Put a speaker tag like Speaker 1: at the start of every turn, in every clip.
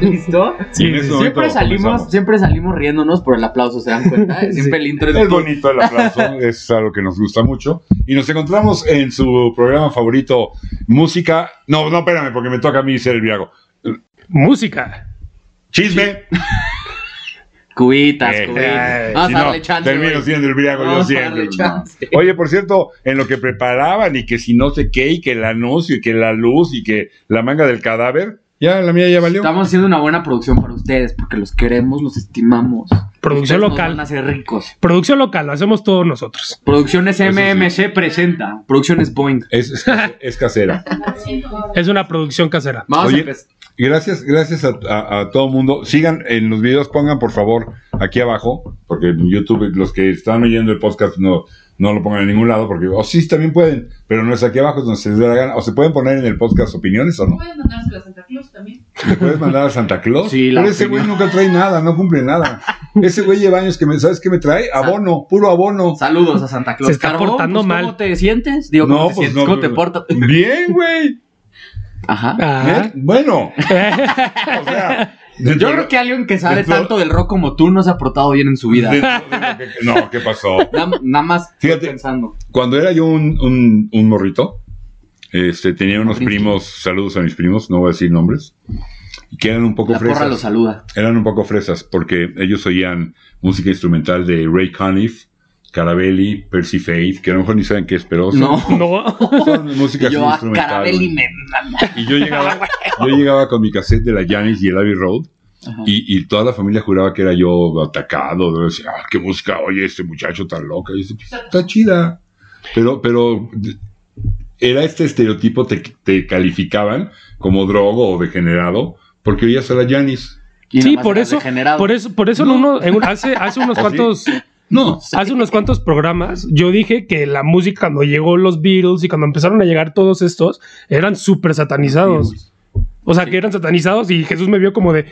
Speaker 1: ¿Listo?
Speaker 2: Sí, en ese momento
Speaker 1: Siempre salimos,
Speaker 2: comenzamos.
Speaker 1: siempre salimos riéndonos por el aplauso, ¿se dan cuenta? Siempre el intro es,
Speaker 2: Es bonito el aplauso, es algo que nos gusta mucho. Y nos encontramos en su programa favorito, Música. No, no, espérame, porque me toca a mí ser el virago.
Speaker 3: Música.
Speaker 2: Chisme.
Speaker 1: cubitas,
Speaker 2: Eh,
Speaker 1: cubitas.
Speaker 3: eh,
Speaker 1: Vamos
Speaker 2: Si
Speaker 1: a
Speaker 2: no,
Speaker 1: darle chance.
Speaker 2: termino
Speaker 1: güey.
Speaker 2: siendo el virago yo
Speaker 1: Vamos a
Speaker 2: siempre.
Speaker 1: darle chance.
Speaker 2: Oye, por cierto, en lo que preparaban y que si no sé qué, y que el anuncio, y que la luz, y que la manga del cadáver, ya la mía ya valió.
Speaker 1: Estamos haciendo una buena producción para ustedes porque los queremos, los estimamos.
Speaker 3: Producción
Speaker 1: Ustedes nos
Speaker 3: local.
Speaker 1: Van a ser ricos.
Speaker 3: Producción local, lo hacemos todos nosotros.
Speaker 1: Producciones
Speaker 2: Eso sí.
Speaker 1: MMC presenta. Producciones Boeing.
Speaker 2: Es, es, es casera.
Speaker 3: Es una producción casera.
Speaker 1: Vamos
Speaker 2: Oye,
Speaker 1: a empezar.
Speaker 2: Gracias, gracias a, a- a todo el mundo. Sigan en los videos, pongan por favor aquí abajo, porque en YouTube los que están oyendo el podcast no, no lo pongan en ningún lado, porque o sí también pueden, pero no es aquí abajo es donde se les dé la gana. O se pueden poner en el podcast opiniones o no.
Speaker 4: Puedes mandárselo a Santa Claus también.
Speaker 2: ¿Le puedes mandar a Santa Claus?
Speaker 1: Sí, la
Speaker 2: Pero ese güey
Speaker 1: opinión.
Speaker 2: nunca trae nada, no cumple nada. Ese güey lleva años que me, ¿sabes qué me trae? Abono, puro abono.
Speaker 1: Saludos a Santa Claus.
Speaker 3: Se está
Speaker 1: Carbón,
Speaker 3: portando
Speaker 1: pues, ¿Cómo
Speaker 3: mal.
Speaker 1: te sientes? Digo,
Speaker 2: No,
Speaker 1: ¿cómo te
Speaker 2: pues,
Speaker 1: sientes?
Speaker 2: no,
Speaker 1: ¿Cómo te
Speaker 2: no.
Speaker 1: portas?
Speaker 2: Bien, güey.
Speaker 1: Ajá.
Speaker 3: Ah.
Speaker 2: Bien, Bueno, o sea,
Speaker 1: Yo
Speaker 2: dentro-
Speaker 1: creo que alguien que sabe
Speaker 2: dentro-
Speaker 1: tanto del rock como tú no se ha portado bien en su vida.
Speaker 2: dentro de lo que- no, ¿qué pasó?
Speaker 1: Na- Nada más estoy
Speaker 2: Fíjate.
Speaker 1: pensando.
Speaker 2: Cuando era yo un, un- un morrito, este, tenía unos
Speaker 1: Morrito.
Speaker 2: primos, saludos a mis primos, no voy a decir nombres, que eran un poco
Speaker 1: La porra lo
Speaker 2: fresas.
Speaker 1: saluda.
Speaker 2: Eran un poco fresas porque ellos oían música instrumental de Ray Conniff, Carabelli, Percy Faith, que a lo mejor ni saben qué es, pero son-
Speaker 1: No.
Speaker 3: No.
Speaker 2: son música
Speaker 1: Yo a
Speaker 2: instrumental.
Speaker 1: Carabelli me.
Speaker 2: Y yo llegaba, yo llegaba con mi cassette de la Janis y el Abbey Road
Speaker 1: Ajá.
Speaker 2: y, y toda la familia juraba que era yo atacado. ¿no? Decía, "Ah, qué música, oye, este muchacho tan loca. Y yo, "Pues, está chida. Pero, pero d- era este estereotipo, te, te calificaban como drogo o degenerado porque oías a la Janis.
Speaker 1: Y nada
Speaker 3: Sí,
Speaker 1: más
Speaker 3: por
Speaker 1: eras
Speaker 3: eso,
Speaker 1: degenerado.
Speaker 3: por eso, por eso en
Speaker 2: No.
Speaker 3: uno, en un- hace, hace unos
Speaker 2: ¿O sí?
Speaker 3: cuantos,
Speaker 2: No,
Speaker 3: hace unos cuantos programas, yo dije que la música cuando llegó los Beatles y cuando empezaron a llegar todos estos, eran súper
Speaker 1: pues,
Speaker 3: satanizados. O sea, que eran satanizados y Jesús me vio como de,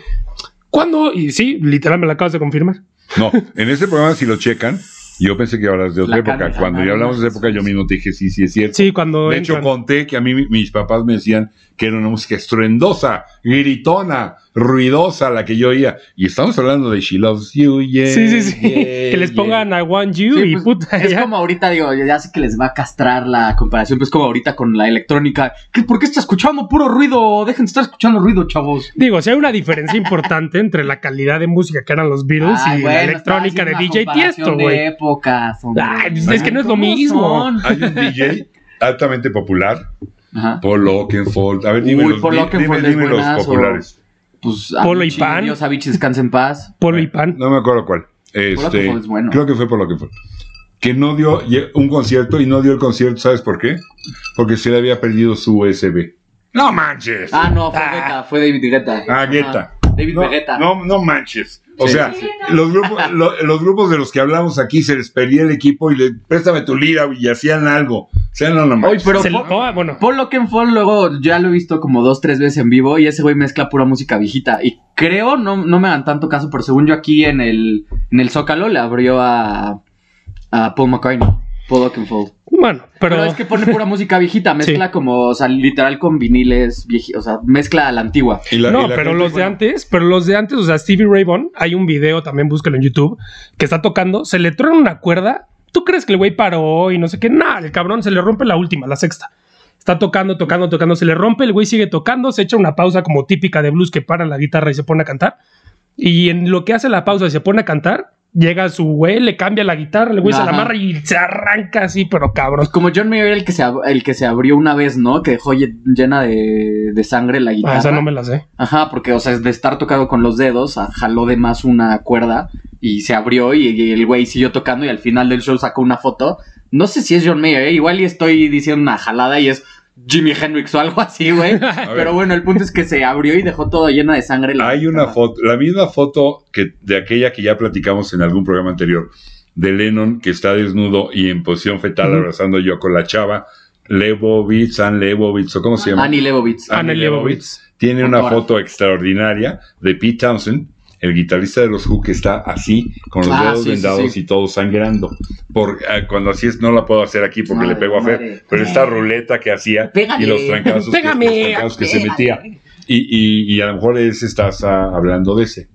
Speaker 3: ¿cuándo? Y sí, literal me la acabas de confirmar.
Speaker 2: no. En ese programa, si lo checan, yo pensé que hablas de otra
Speaker 1: La
Speaker 2: época.
Speaker 1: carne
Speaker 2: Cuando ya
Speaker 1: jamás.
Speaker 2: hablamos de esa época, yo mismo te dije, sí, sí, es cierto.
Speaker 3: Sí, cuando...
Speaker 2: De hecho,
Speaker 3: entran.
Speaker 2: conté que a mí mi- mis papás me decían que era una música estruendosa, gritona, ruidosa la que yo oía. Y estamos hablando de She Loves You, yeah.
Speaker 3: Sí, sí, sí.
Speaker 2: yeah,
Speaker 3: que les
Speaker 2: yeah.
Speaker 3: pongan I want you
Speaker 1: Sí,
Speaker 3: y
Speaker 1: pues,
Speaker 3: puta.
Speaker 1: Es
Speaker 3: ya.
Speaker 1: como ahorita, digo, ya sé que les va a castrar la comparación, pues como ahorita con la electrónica. ¿Qué, ¿Por qué está escuchando puro ruido? Dejen de estar escuchando ruido, chavos.
Speaker 3: Digo, si hay una diferencia importante entre la calidad de música que eran los Beatles
Speaker 1: Ay,
Speaker 3: y
Speaker 1: bueno,
Speaker 3: la electrónica
Speaker 1: estaba
Speaker 3: de
Speaker 1: haciendo
Speaker 3: DJ
Speaker 1: una
Speaker 3: Tiesto,
Speaker 1: comparación De
Speaker 3: güey.
Speaker 1: épocas, hombre.
Speaker 3: Ay, pues, es que no es lo
Speaker 1: ¿Cómo
Speaker 3: mismo.
Speaker 1: son?
Speaker 2: Hay un DJ altamente popular,
Speaker 1: Ajá.
Speaker 2: Paul Oakenfold. A ver, dime
Speaker 1: Uy,
Speaker 2: los,
Speaker 1: Paul
Speaker 2: di-
Speaker 1: Oakenfold
Speaker 2: dime-
Speaker 1: es
Speaker 2: dime los
Speaker 1: buenazo.
Speaker 2: populares.
Speaker 1: Pues,
Speaker 3: Polo y
Speaker 1: Avicii,
Speaker 3: Pan.
Speaker 1: Dios, Avicii, descansa en paz.
Speaker 3: Polo y pan.
Speaker 2: No me acuerdo cuál. Este,
Speaker 1: Oakenfold es bueno.
Speaker 2: Creo que fue Paul Oakenfold. Que no dio ye- un concierto y no dio el concierto, ¿sabes por qué? Porque se le había perdido su USB. ¡No manches!
Speaker 1: Ah, no, fue
Speaker 3: Ah.
Speaker 1: Guetta, fue David Guetta.
Speaker 2: Ah, Guetta.
Speaker 1: Ajá, David
Speaker 2: No,
Speaker 1: Guetta.
Speaker 2: no, no manches. O
Speaker 1: Sí,
Speaker 2: sea,
Speaker 4: sí, sí.
Speaker 2: los, grupos, lo- los grupos de los que hablamos aquí se les perdía el equipo y le préstame tu lira y hacían algo. O sea, no, no
Speaker 1: Oye,
Speaker 2: manches.
Speaker 1: pero
Speaker 3: Se
Speaker 1: Paul-
Speaker 3: le- oh, bueno,
Speaker 1: Paul Oakenfold luego ya lo he visto como dos, tres veces en vivo y ese güey mezcla pura música viejita. Y creo, no, no me dan tanto caso, pero según yo aquí en el, en el Zócalo le abrió a, a Paul McCartney. Paul Oakenfold.
Speaker 3: bueno,
Speaker 1: Pero,
Speaker 3: pero,
Speaker 1: es que pone pura música viejita, mezcla como, o sea, literal con viniles viejitos, o sea, mezcla a la antigua.
Speaker 2: Y la-
Speaker 3: no,
Speaker 2: y la
Speaker 3: pero
Speaker 2: gente,
Speaker 3: los de
Speaker 2: bueno,
Speaker 3: antes, pero los de antes, o sea, Stevie Ray Vaughan, hay un video también, búsquelo en YouTube, que está tocando, se le truena una cuerda. ¿Tú crees que el güey paró y no sé qué? Nah, el cabrón se le rompe la última, la sexta. Está tocando, tocando, tocando, se le rompe, el güey sigue tocando, se echa una pausa como típica de blues que para la guitarra y se pone a cantar. Y en lo que hace la pausa y se pone a cantar, llega su güey, le cambia la guitarra, el güey se
Speaker 1: Ajá.
Speaker 3: la amarra y se arranca así, pero cabrón.
Speaker 1: Pues como John Mayer el que se, ab- el que se abrió una vez, ¿no? Que dejó lle- llena de, de sangre la
Speaker 3: Ah,
Speaker 1: guitarra.
Speaker 3: esa no me la sé.
Speaker 1: Ajá, porque, o sea, de estar tocado con los dedos, a- jaló de más una cuerda y se abrió y, y el güey siguió tocando y al final del show sacó una foto. No sé si es John Mayer, ¿eh? igual y estoy diciendo una jalada y es Jimi Hendrix o algo así, güey.
Speaker 2: a ver,
Speaker 1: Pero bueno, el punto es que se abrió y dejó todo llena de sangre. la
Speaker 2: hay una
Speaker 1: guitarra.
Speaker 2: foto, la misma foto que de aquella que ya platicamos en algún programa anterior, de Lennon que está desnudo y en posición fetal
Speaker 3: Ujú.
Speaker 2: abrazando yo con la chava Lebovitz, Ann Lebovitz, o cómo se llama.
Speaker 1: Annie Leibovitz.
Speaker 2: Annie
Speaker 3: Anne
Speaker 2: Leibovitz.
Speaker 3: Leibovitz.
Speaker 2: tiene una
Speaker 1: Ahora.
Speaker 2: foto extraordinaria de Pete Townsend, el guitarrista de los Who, que está así, con los
Speaker 1: Ah,
Speaker 2: dedos
Speaker 1: sí, sí,
Speaker 2: vendados
Speaker 1: sí.
Speaker 2: y todo sangrando. Por, ah, cuando así es, no la puedo hacer aquí porque
Speaker 1: Madre,
Speaker 2: le pego a Fer,
Speaker 1: madre. Eh.
Speaker 2: pero esta ruleta que hacía
Speaker 1: Pégale.
Speaker 2: y los trancazos, que, los trancazos que se metía. Y, y- y a lo mejor es, estás ah, hablando de ese.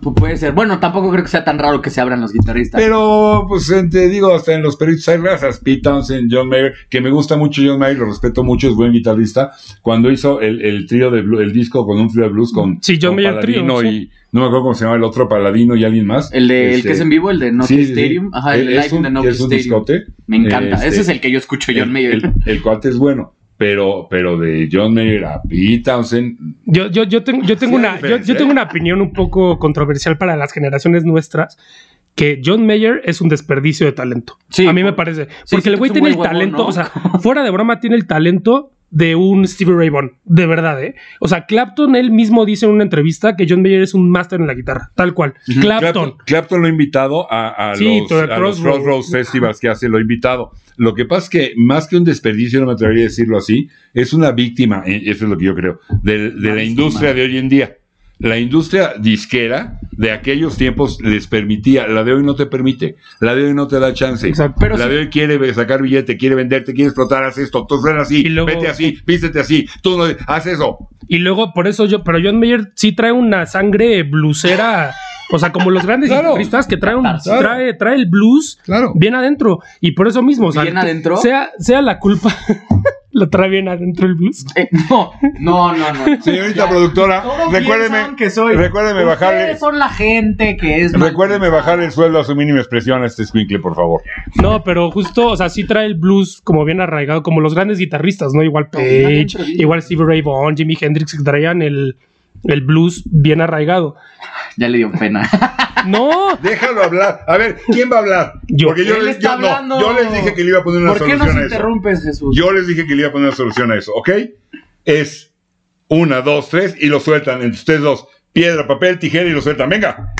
Speaker 1: Pu- puede ser. Bueno, tampoco creo que sea tan raro que se abran los guitarristas.
Speaker 2: Ah. Pero, pues, en- te digo, hasta en los periodistas hay razas. Pete Townsend, John Mayer, que me gusta mucho John Mayer, lo respeto mucho, es buen guitarrista. Cuando hizo el, el trío de blu- el disco con un trío de blues con,
Speaker 3: Mm, Sí, John
Speaker 2: con
Speaker 3: Mayer trío,
Speaker 2: Paladino
Speaker 3: sí.
Speaker 2: y no me acuerdo cómo se llama el otro, Paladino y alguien más.
Speaker 1: el de el
Speaker 2: Este,
Speaker 1: que es en vivo, el de Nokia
Speaker 2: sí, sí, sí.
Speaker 1: Stadium. Ajá, el de
Speaker 2: es
Speaker 1: Live in
Speaker 2: un,
Speaker 1: the
Speaker 2: es
Speaker 1: Nokia
Speaker 2: un
Speaker 1: Stadium.
Speaker 2: discote.
Speaker 1: Me encanta.
Speaker 2: Este,
Speaker 1: Ese es el que yo escucho John
Speaker 2: El-
Speaker 1: Mayer.
Speaker 2: El, el cuate es bueno, pero, pero de John Mayer a Pete Townsend,
Speaker 3: Yo, yo, yo tengo, yo tengo
Speaker 2: Sí,
Speaker 3: una, yo,
Speaker 2: diferencia,
Speaker 3: yo tengo una opinión un poco controversial para las generaciones nuestras, que John Mayer es un desperdicio de talento.
Speaker 1: Sí,
Speaker 3: a mí me
Speaker 1: por-
Speaker 3: parece.
Speaker 1: sí,
Speaker 3: porque el
Speaker 1: siento
Speaker 3: güey
Speaker 1: que es
Speaker 3: tiene
Speaker 1: un
Speaker 3: el
Speaker 1: güey huevón,
Speaker 3: talento,
Speaker 1: ¿no?
Speaker 3: o sea, fuera de broma, tiene el talento de un Stevie Ray Vaughan, de verdad, ¿eh? O sea, Clapton él mismo dice en una entrevista que John Mayer es un máster en la guitarra, tal cual.
Speaker 1: Ujú.
Speaker 3: Clapton.
Speaker 2: Clapton lo ha invitado a, a
Speaker 3: Sí,
Speaker 2: los,
Speaker 3: todo el
Speaker 2: a los
Speaker 3: Crossroads.
Speaker 2: Crossroads Festivals que hace, lo ha invitado. Lo que pasa es que, más que un desperdicio, no me atrevería a decirlo así, es una víctima, eh, eso es lo que yo creo, del- de, la
Speaker 1: Una víctima.
Speaker 2: industria de hoy en día. La industria disquera de aquellos tiempos les permitía, la de hoy no te permite, la de hoy no te da chance.
Speaker 3: Exacto.
Speaker 1: Pero
Speaker 2: la
Speaker 1: sí-
Speaker 2: de hoy quiere sacar billete, quiere venderte, quiere explotar, haz esto, tú frena así,
Speaker 3: Y luego-
Speaker 2: vete así, vístete así, tú no, haz eso,
Speaker 3: Y luego, por eso yo, pero John Mayer sí trae una sangre blusera, o sea, como los grandes
Speaker 2: Claro.
Speaker 3: guitarristas que trae, un-
Speaker 1: Claro.
Speaker 3: trae, trae el blues.
Speaker 2: Claro.
Speaker 3: bien adentro. Y por eso mismo, o sea,
Speaker 1: ¿Bien
Speaker 3: que
Speaker 1: adentro?
Speaker 3: Sea, sea la culpa, lo trae bien adentro el blues.
Speaker 1: Eh, no, no, no, no.
Speaker 2: Señorita productora,
Speaker 1: Todos piensan
Speaker 2: recuérdeme,
Speaker 1: que soy.
Speaker 2: recuérdeme bajarle,
Speaker 1: Ustedes son la gente que es. mal
Speaker 2: recuérdeme
Speaker 1: pensada.
Speaker 2: bajar el sueldo a su mínima expresión a este squinkle, por favor.
Speaker 3: No, pero justo, o sea, sí trae el blues como bien arraigado, como los grandes guitarristas, ¿no? Igual
Speaker 1: bien
Speaker 3: Page,
Speaker 1: adentro, bien.
Speaker 3: igual Steve Ray Vaughan, Jimi Hendrix, que traían el, el blues bien arraigado.
Speaker 1: Ya le dio pena.
Speaker 3: No,
Speaker 2: Déjalo hablar. A ver, ¿quién va a hablar?
Speaker 3: Yo.
Speaker 2: Porque yo
Speaker 1: Él
Speaker 2: les,
Speaker 1: está
Speaker 2: yo- no,
Speaker 1: hablando.
Speaker 2: yo les dije que le iba a poner una
Speaker 1: ¿Por qué
Speaker 2: solución
Speaker 1: nos
Speaker 2: a eso.
Speaker 1: interrumpes, Jesús?
Speaker 2: Yo les dije que le iba a poner una solución a eso, ¿ok? Es una, dos, tres y lo sueltan. Entre ustedes dos, piedra, papel, tijera y lo sueltan. Venga.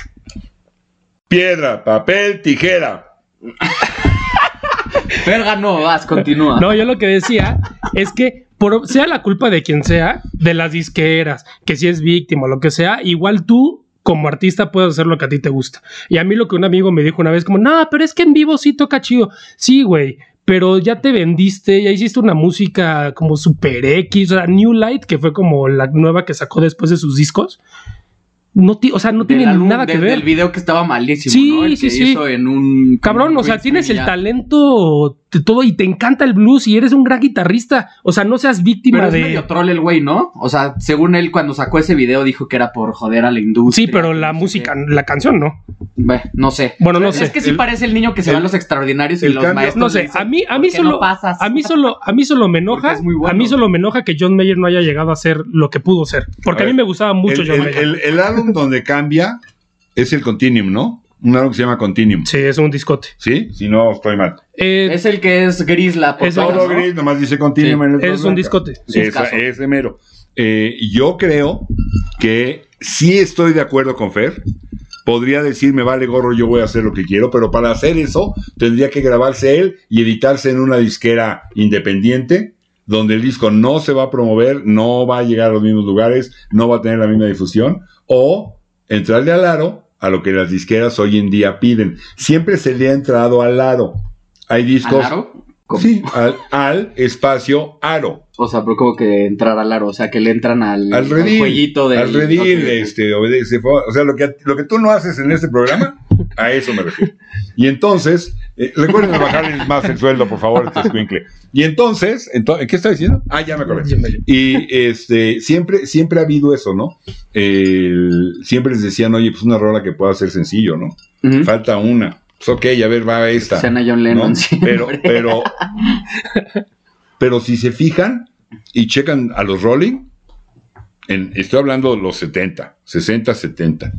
Speaker 2: Piedra, papel, tijera.
Speaker 1: Verga, no, vas, continúa.
Speaker 3: No, yo lo que decía es que por sea la culpa de quien sea, de las disqueras, que si es víctima o lo que sea, igual tú como artista puedes hacer lo que a ti te gusta. Y a mí lo que un amigo me dijo una vez como, "No, pero es que en vivo sí toca chido." Sí, güey, pero ya te vendiste, ya hiciste una música como Super X, o sea, New Light, que fue como la nueva que sacó después de sus discos. No, ti- o sea, no
Speaker 1: Del
Speaker 3: tiene
Speaker 1: álbum-
Speaker 3: nada que
Speaker 1: del-
Speaker 3: ver.
Speaker 1: Del video que estaba malísimo,
Speaker 3: Sí,
Speaker 1: ¿no? El
Speaker 3: sí,
Speaker 1: que
Speaker 3: sí.
Speaker 1: hizo en un...
Speaker 3: Cabrón,
Speaker 1: un
Speaker 3: o sea,
Speaker 1: green
Speaker 3: tienes
Speaker 1: screen
Speaker 3: el
Speaker 1: ya.
Speaker 3: talento de todo y te encanta el blues y eres un gran guitarrista. O sea, no seas víctima
Speaker 1: Pero es
Speaker 3: de.
Speaker 1: medio troll el güey, ¿no? O sea, según él, cuando sacó ese video, dijo que era por joder a la industria.
Speaker 3: Sí, pero
Speaker 1: que
Speaker 3: la
Speaker 1: no sé
Speaker 3: música,
Speaker 1: qué.
Speaker 3: la canción, ¿no.
Speaker 1: Bueno, no sé.
Speaker 3: Bueno, no
Speaker 1: es
Speaker 3: sé.
Speaker 1: que sí
Speaker 2: El-
Speaker 1: parece el niño que se
Speaker 2: el-
Speaker 1: va a los extraordinarios y
Speaker 2: el
Speaker 1: los
Speaker 2: cambio-
Speaker 1: maestros.
Speaker 3: No sé,
Speaker 1: le dicen,
Speaker 3: a mí, a
Speaker 1: "¿Por
Speaker 3: mí
Speaker 1: qué no
Speaker 3: solo,
Speaker 1: pasas?".
Speaker 3: a mí solo, a mí solo me enoja,
Speaker 1: Porque es muy
Speaker 3: a
Speaker 1: bueno.
Speaker 3: mí solo me enoja que John Mayer no haya llegado a ser lo que pudo ser, porque
Speaker 2: A
Speaker 3: a, mí
Speaker 2: ver,
Speaker 3: me gustaba mucho
Speaker 2: el,
Speaker 3: John
Speaker 2: el-
Speaker 3: Mayer.
Speaker 2: el- el álbum donde cambia es el Continuum, ¿no? Un álbum que se llama Continuum. Sí.
Speaker 3: Sí, es un discote.
Speaker 2: Si no, estoy mal.
Speaker 3: Eh, es,
Speaker 1: Es el que es gris la
Speaker 3: Es
Speaker 1: portada,
Speaker 2: Todo
Speaker 1: ¿no?
Speaker 2: gris, nomás dice Continuum
Speaker 1: Sí.
Speaker 2: en el
Speaker 3: un
Speaker 2: blanca.
Speaker 3: discote.
Speaker 1: Es un
Speaker 2: Esa-
Speaker 1: caso.
Speaker 2: ese mero. Eh, yo creo que sí estoy de acuerdo con Fer. Podría decir, me vale gorro, yo voy a hacer lo que quiero, pero para hacer eso tendría que grabarse él y editarse en una disquera independiente, donde el disco no se va a promover, no va a llegar a los mismos lugares, no va a tener la misma difusión, o entrarle al aro a lo que las disqueras hoy en día piden. Siempre se le ha entrado al aro. Hay discos.
Speaker 1: ¿Al aro? ¿Cómo?
Speaker 2: Sí, al, al espacio aro.
Speaker 1: O sea, pero como que entrar al aro, o sea, que le entran al,
Speaker 2: Al redil,
Speaker 1: cuellito del...
Speaker 2: Al redil,
Speaker 1: Ok.
Speaker 2: este, obedece. por- O sea, lo que, lo que tú no haces en este programa, a eso me refiero. Y entonces, eh, recuerden bajarles más el sueldo, por favor, este escuincle. Y entonces, ento- ¿qué está diciendo? Ah, ya me acordé.
Speaker 3: John Mayer.
Speaker 2: Y este, siempre, siempre ha habido eso, ¿no? El- siempre les decían, oye, pues una rola que pueda ser sencillo, ¿no?
Speaker 1: Ujú.
Speaker 2: Falta una. Pues ok, a ver, va esta.
Speaker 1: Suena John Lennon,
Speaker 2: ¿no?
Speaker 1: sí.
Speaker 2: Pero, pero, pero si se fijan y checan a los Rolling, en- estoy hablando de los 70, 60, 70.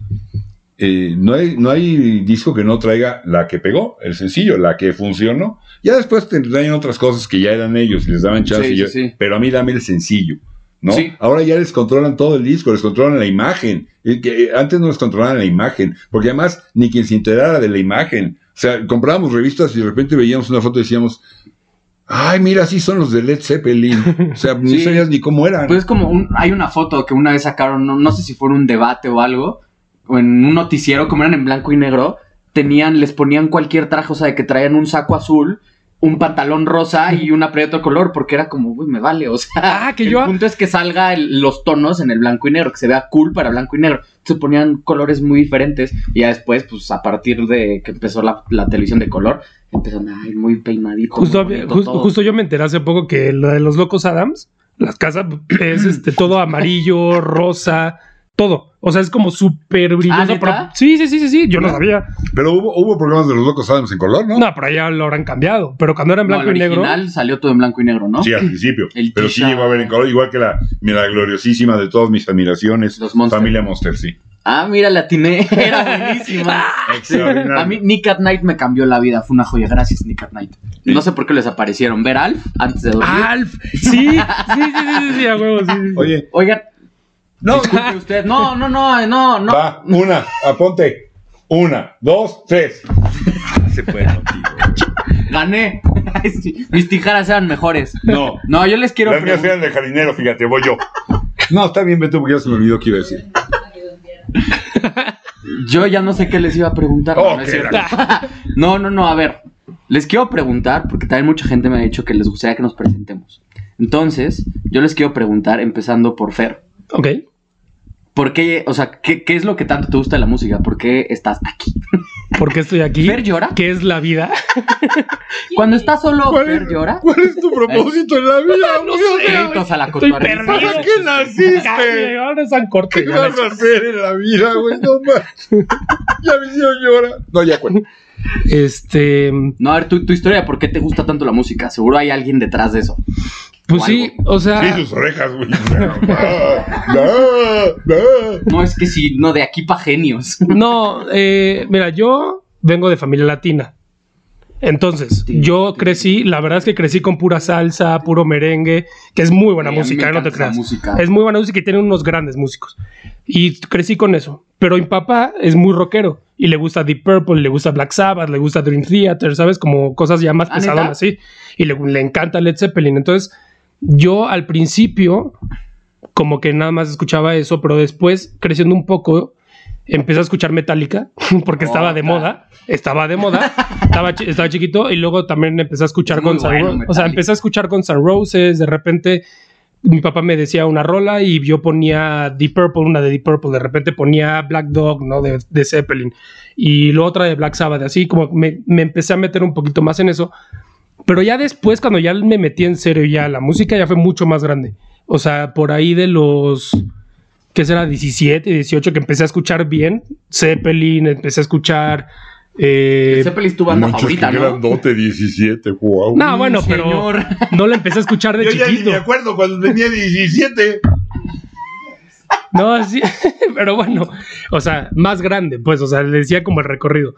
Speaker 2: eh, no, hay, no hay disco que no traiga la que pegó, el sencillo, la que funcionó. Ya después te traen otras cosas que ya eran ellos y les daban chance.
Speaker 1: Sí,
Speaker 2: y yo-
Speaker 1: sí, sí.
Speaker 2: Pero a mí dame el sencillo. ¿no?
Speaker 1: Sí.
Speaker 2: Ahora ya les controlan todo el disco, les controlan la imagen. Eh, que, eh, antes no les controlaban la imagen, porque además ni quien se enterara de la imagen. O sea, comprábamos revistas y de repente veíamos una foto y decíamos, ay, mira, así son los de Led Zeppelin. O sea, ni
Speaker 1: Sí.
Speaker 2: sabías ni cómo eran.
Speaker 1: Pues es como, un- hay una foto que una vez sacaron, no, no sé si fue en un debate o algo, o en un noticiero, como eran en blanco y negro, tenían, les ponían cualquier traje, o sea, de que traían un saco azul, un pantalón rosa y una playa de otro color, porque era como, uy, me vale. O sea,
Speaker 3: Ah, que
Speaker 1: el
Speaker 3: yo-
Speaker 1: punto es que salga el- los tonos en el blanco y negro, que se vea cool para blanco y negro. Se ponían colores muy diferentes y ya después, pues a partir de que empezó la, la televisión de color, empezaron ay, muy peinadito. muy
Speaker 3: Justo,
Speaker 1: bonito
Speaker 3: jus-
Speaker 1: todo.
Speaker 3: justo yo me enteré hace poco que la de los locos Adams, las casas es este todo amarillo, rosa, todo. O sea, es como súper
Speaker 1: ¿Ah,
Speaker 3: brilloso.
Speaker 1: ¿neta?
Speaker 3: pero- sí, sí, sí, sí, sí, yo no sabía.
Speaker 2: Pero hubo, hubo programas de los locos Adams en color, ¿no?
Speaker 3: No, pero ya lo habrán cambiado. Pero cuando era en
Speaker 1: No,
Speaker 3: blanco
Speaker 1: el
Speaker 3: y negro.
Speaker 1: original salió todo en blanco y negro, ¿no?
Speaker 2: Sí, al principio.
Speaker 1: El
Speaker 2: pero sí
Speaker 1: Tisha.
Speaker 2: llegó a ver en color, igual que la, la gloriosísima de todas mis admiraciones.
Speaker 1: Los Monster.
Speaker 2: Familia Monster, sí.
Speaker 1: Ah, mira, la atiné. Era buenísima.
Speaker 2: Ah.
Speaker 1: Sí.
Speaker 2: Extraordinario.
Speaker 1: A mí Nick at Night me cambió la vida, fue una joya. Gracias, Nick at Night. No sé por qué les aparecieron. Ver Alf antes de dormir.
Speaker 2: Ah.
Speaker 3: Alf, sí, sí, sí, sí, sí, sí, a huevo, sí, sí, sí.
Speaker 2: Oye,
Speaker 1: Oigan,
Speaker 2: no,
Speaker 1: disculpe usted. No, no, no, no, no.
Speaker 2: va, una, aponte. Una, dos, tres. Se puede contigo.
Speaker 1: Gané. Ay, sí, Mis tijeras eran mejores.
Speaker 2: No.
Speaker 1: No, yo les quiero
Speaker 2: Las mías
Speaker 1: preguntar.
Speaker 2: eran de jardinero, fíjate, voy yo. No, está bien, Beto, porque ya se me olvidó que iba a decir.
Speaker 1: Yo ya no sé qué les iba a preguntar.
Speaker 2: Oh,
Speaker 1: no, no, es
Speaker 2: qué
Speaker 1: cierto. no, no, no, a ver. Les quiero preguntar, porque también mucha gente me ha dicho que les gustaría que nos presentemos. Entonces, yo les quiero preguntar, empezando por Fer.
Speaker 3: Ok.
Speaker 1: ¿Por qué, o sea, qué, qué es lo que tanto te gusta de la música? ¿Por qué estás aquí?
Speaker 3: ¿Por qué estoy aquí?
Speaker 1: ¿Fer llora?
Speaker 3: ¿Qué es la vida?
Speaker 1: Cuando estás solo,
Speaker 2: ¿Cuál
Speaker 1: Fer
Speaker 2: es?
Speaker 1: llora.
Speaker 2: ¿Cuál es tu propósito en la vida? güey? O sea,
Speaker 1: Gritos a la
Speaker 3: Estoy
Speaker 1: cotorriza.
Speaker 3: perdido.
Speaker 2: ¿Para qué naciste?
Speaker 3: Ahora es San Corte.
Speaker 2: ¿Qué vas a hacer en la vida, güey? No más. Ya me hicieron llorar. No, ya cuento.
Speaker 3: Este,
Speaker 1: No, a ver, tu, tu historia, ¿por qué te gusta tanto la música? Seguro hay alguien detrás de eso.
Speaker 3: pues
Speaker 1: O
Speaker 3: sí, o
Speaker 2: Sí,
Speaker 3: sea,
Speaker 2: sus orejas, güey. Ah, ah, ah.
Speaker 1: No, es que sí, no, de aquí pa' genios.
Speaker 3: no, eh, mira, yo vengo de familia latina. Entonces,
Speaker 1: Sí,
Speaker 3: yo
Speaker 1: sí.
Speaker 3: crecí, la verdad es que crecí con pura salsa, puro merengue, que es muy buena
Speaker 1: Güey, a mí me
Speaker 3: música, ¿eh? no
Speaker 1: encanta
Speaker 3: te
Speaker 1: esa
Speaker 3: creas.
Speaker 1: música.
Speaker 3: Es muy buena música y tiene unos grandes músicos. Y crecí con eso. Pero mi papá es muy rockero y le gusta Deep Purple, le gusta Black Sabbath, le gusta Dream Theater, ¿sabes? Como cosas ya más
Speaker 1: ¿Ah, neta?
Speaker 3: pesadonas, sí. Y le, le encanta Led Zeppelin. Entonces, yo al principio, como que nada más escuchaba eso, pero después, creciendo un poco, empecé a escuchar Metallica, porque estaba de
Speaker 1: Ota.
Speaker 3: moda. Estaba de moda, estaba, chi- estaba chiquito y luego también empecé a escuchar
Speaker 1: Es muy
Speaker 3: Guns N'
Speaker 1: bueno
Speaker 3: Ro- O sea,
Speaker 1: Metallica.
Speaker 3: empecé a escuchar Guns N' Roses, de repente mi papá me decía una rola y yo ponía Deep Purple, una de Deep Purple, de repente ponía Black Dog, ¿no? De, de Zeppelin, y la otra de Black Sabbath, así como me, me empecé a meter un poquito más en eso, pero ya después, cuando ya me metí en serio ya a la música, ya fue mucho más grande, o sea, por ahí de los, ¿qué será? 17, 18, que empecé a escuchar bien, Zeppelin, empecé a escuchar... eh,
Speaker 1: Zeppelin es tu banda
Speaker 2: Manches,
Speaker 1: favorita,
Speaker 2: qué
Speaker 1: ¿no?
Speaker 2: grandote, 17, wow.
Speaker 3: no, bueno,
Speaker 1: Sí,
Speaker 3: pero
Speaker 1: señor.
Speaker 3: no la empecé a escuchar de
Speaker 2: Yo ya ni
Speaker 3: chiquito.
Speaker 2: me acuerdo cuando tenía 17.
Speaker 3: No, sí, pero bueno, o sea, más grande, pues, o sea, le decía como el recorrido.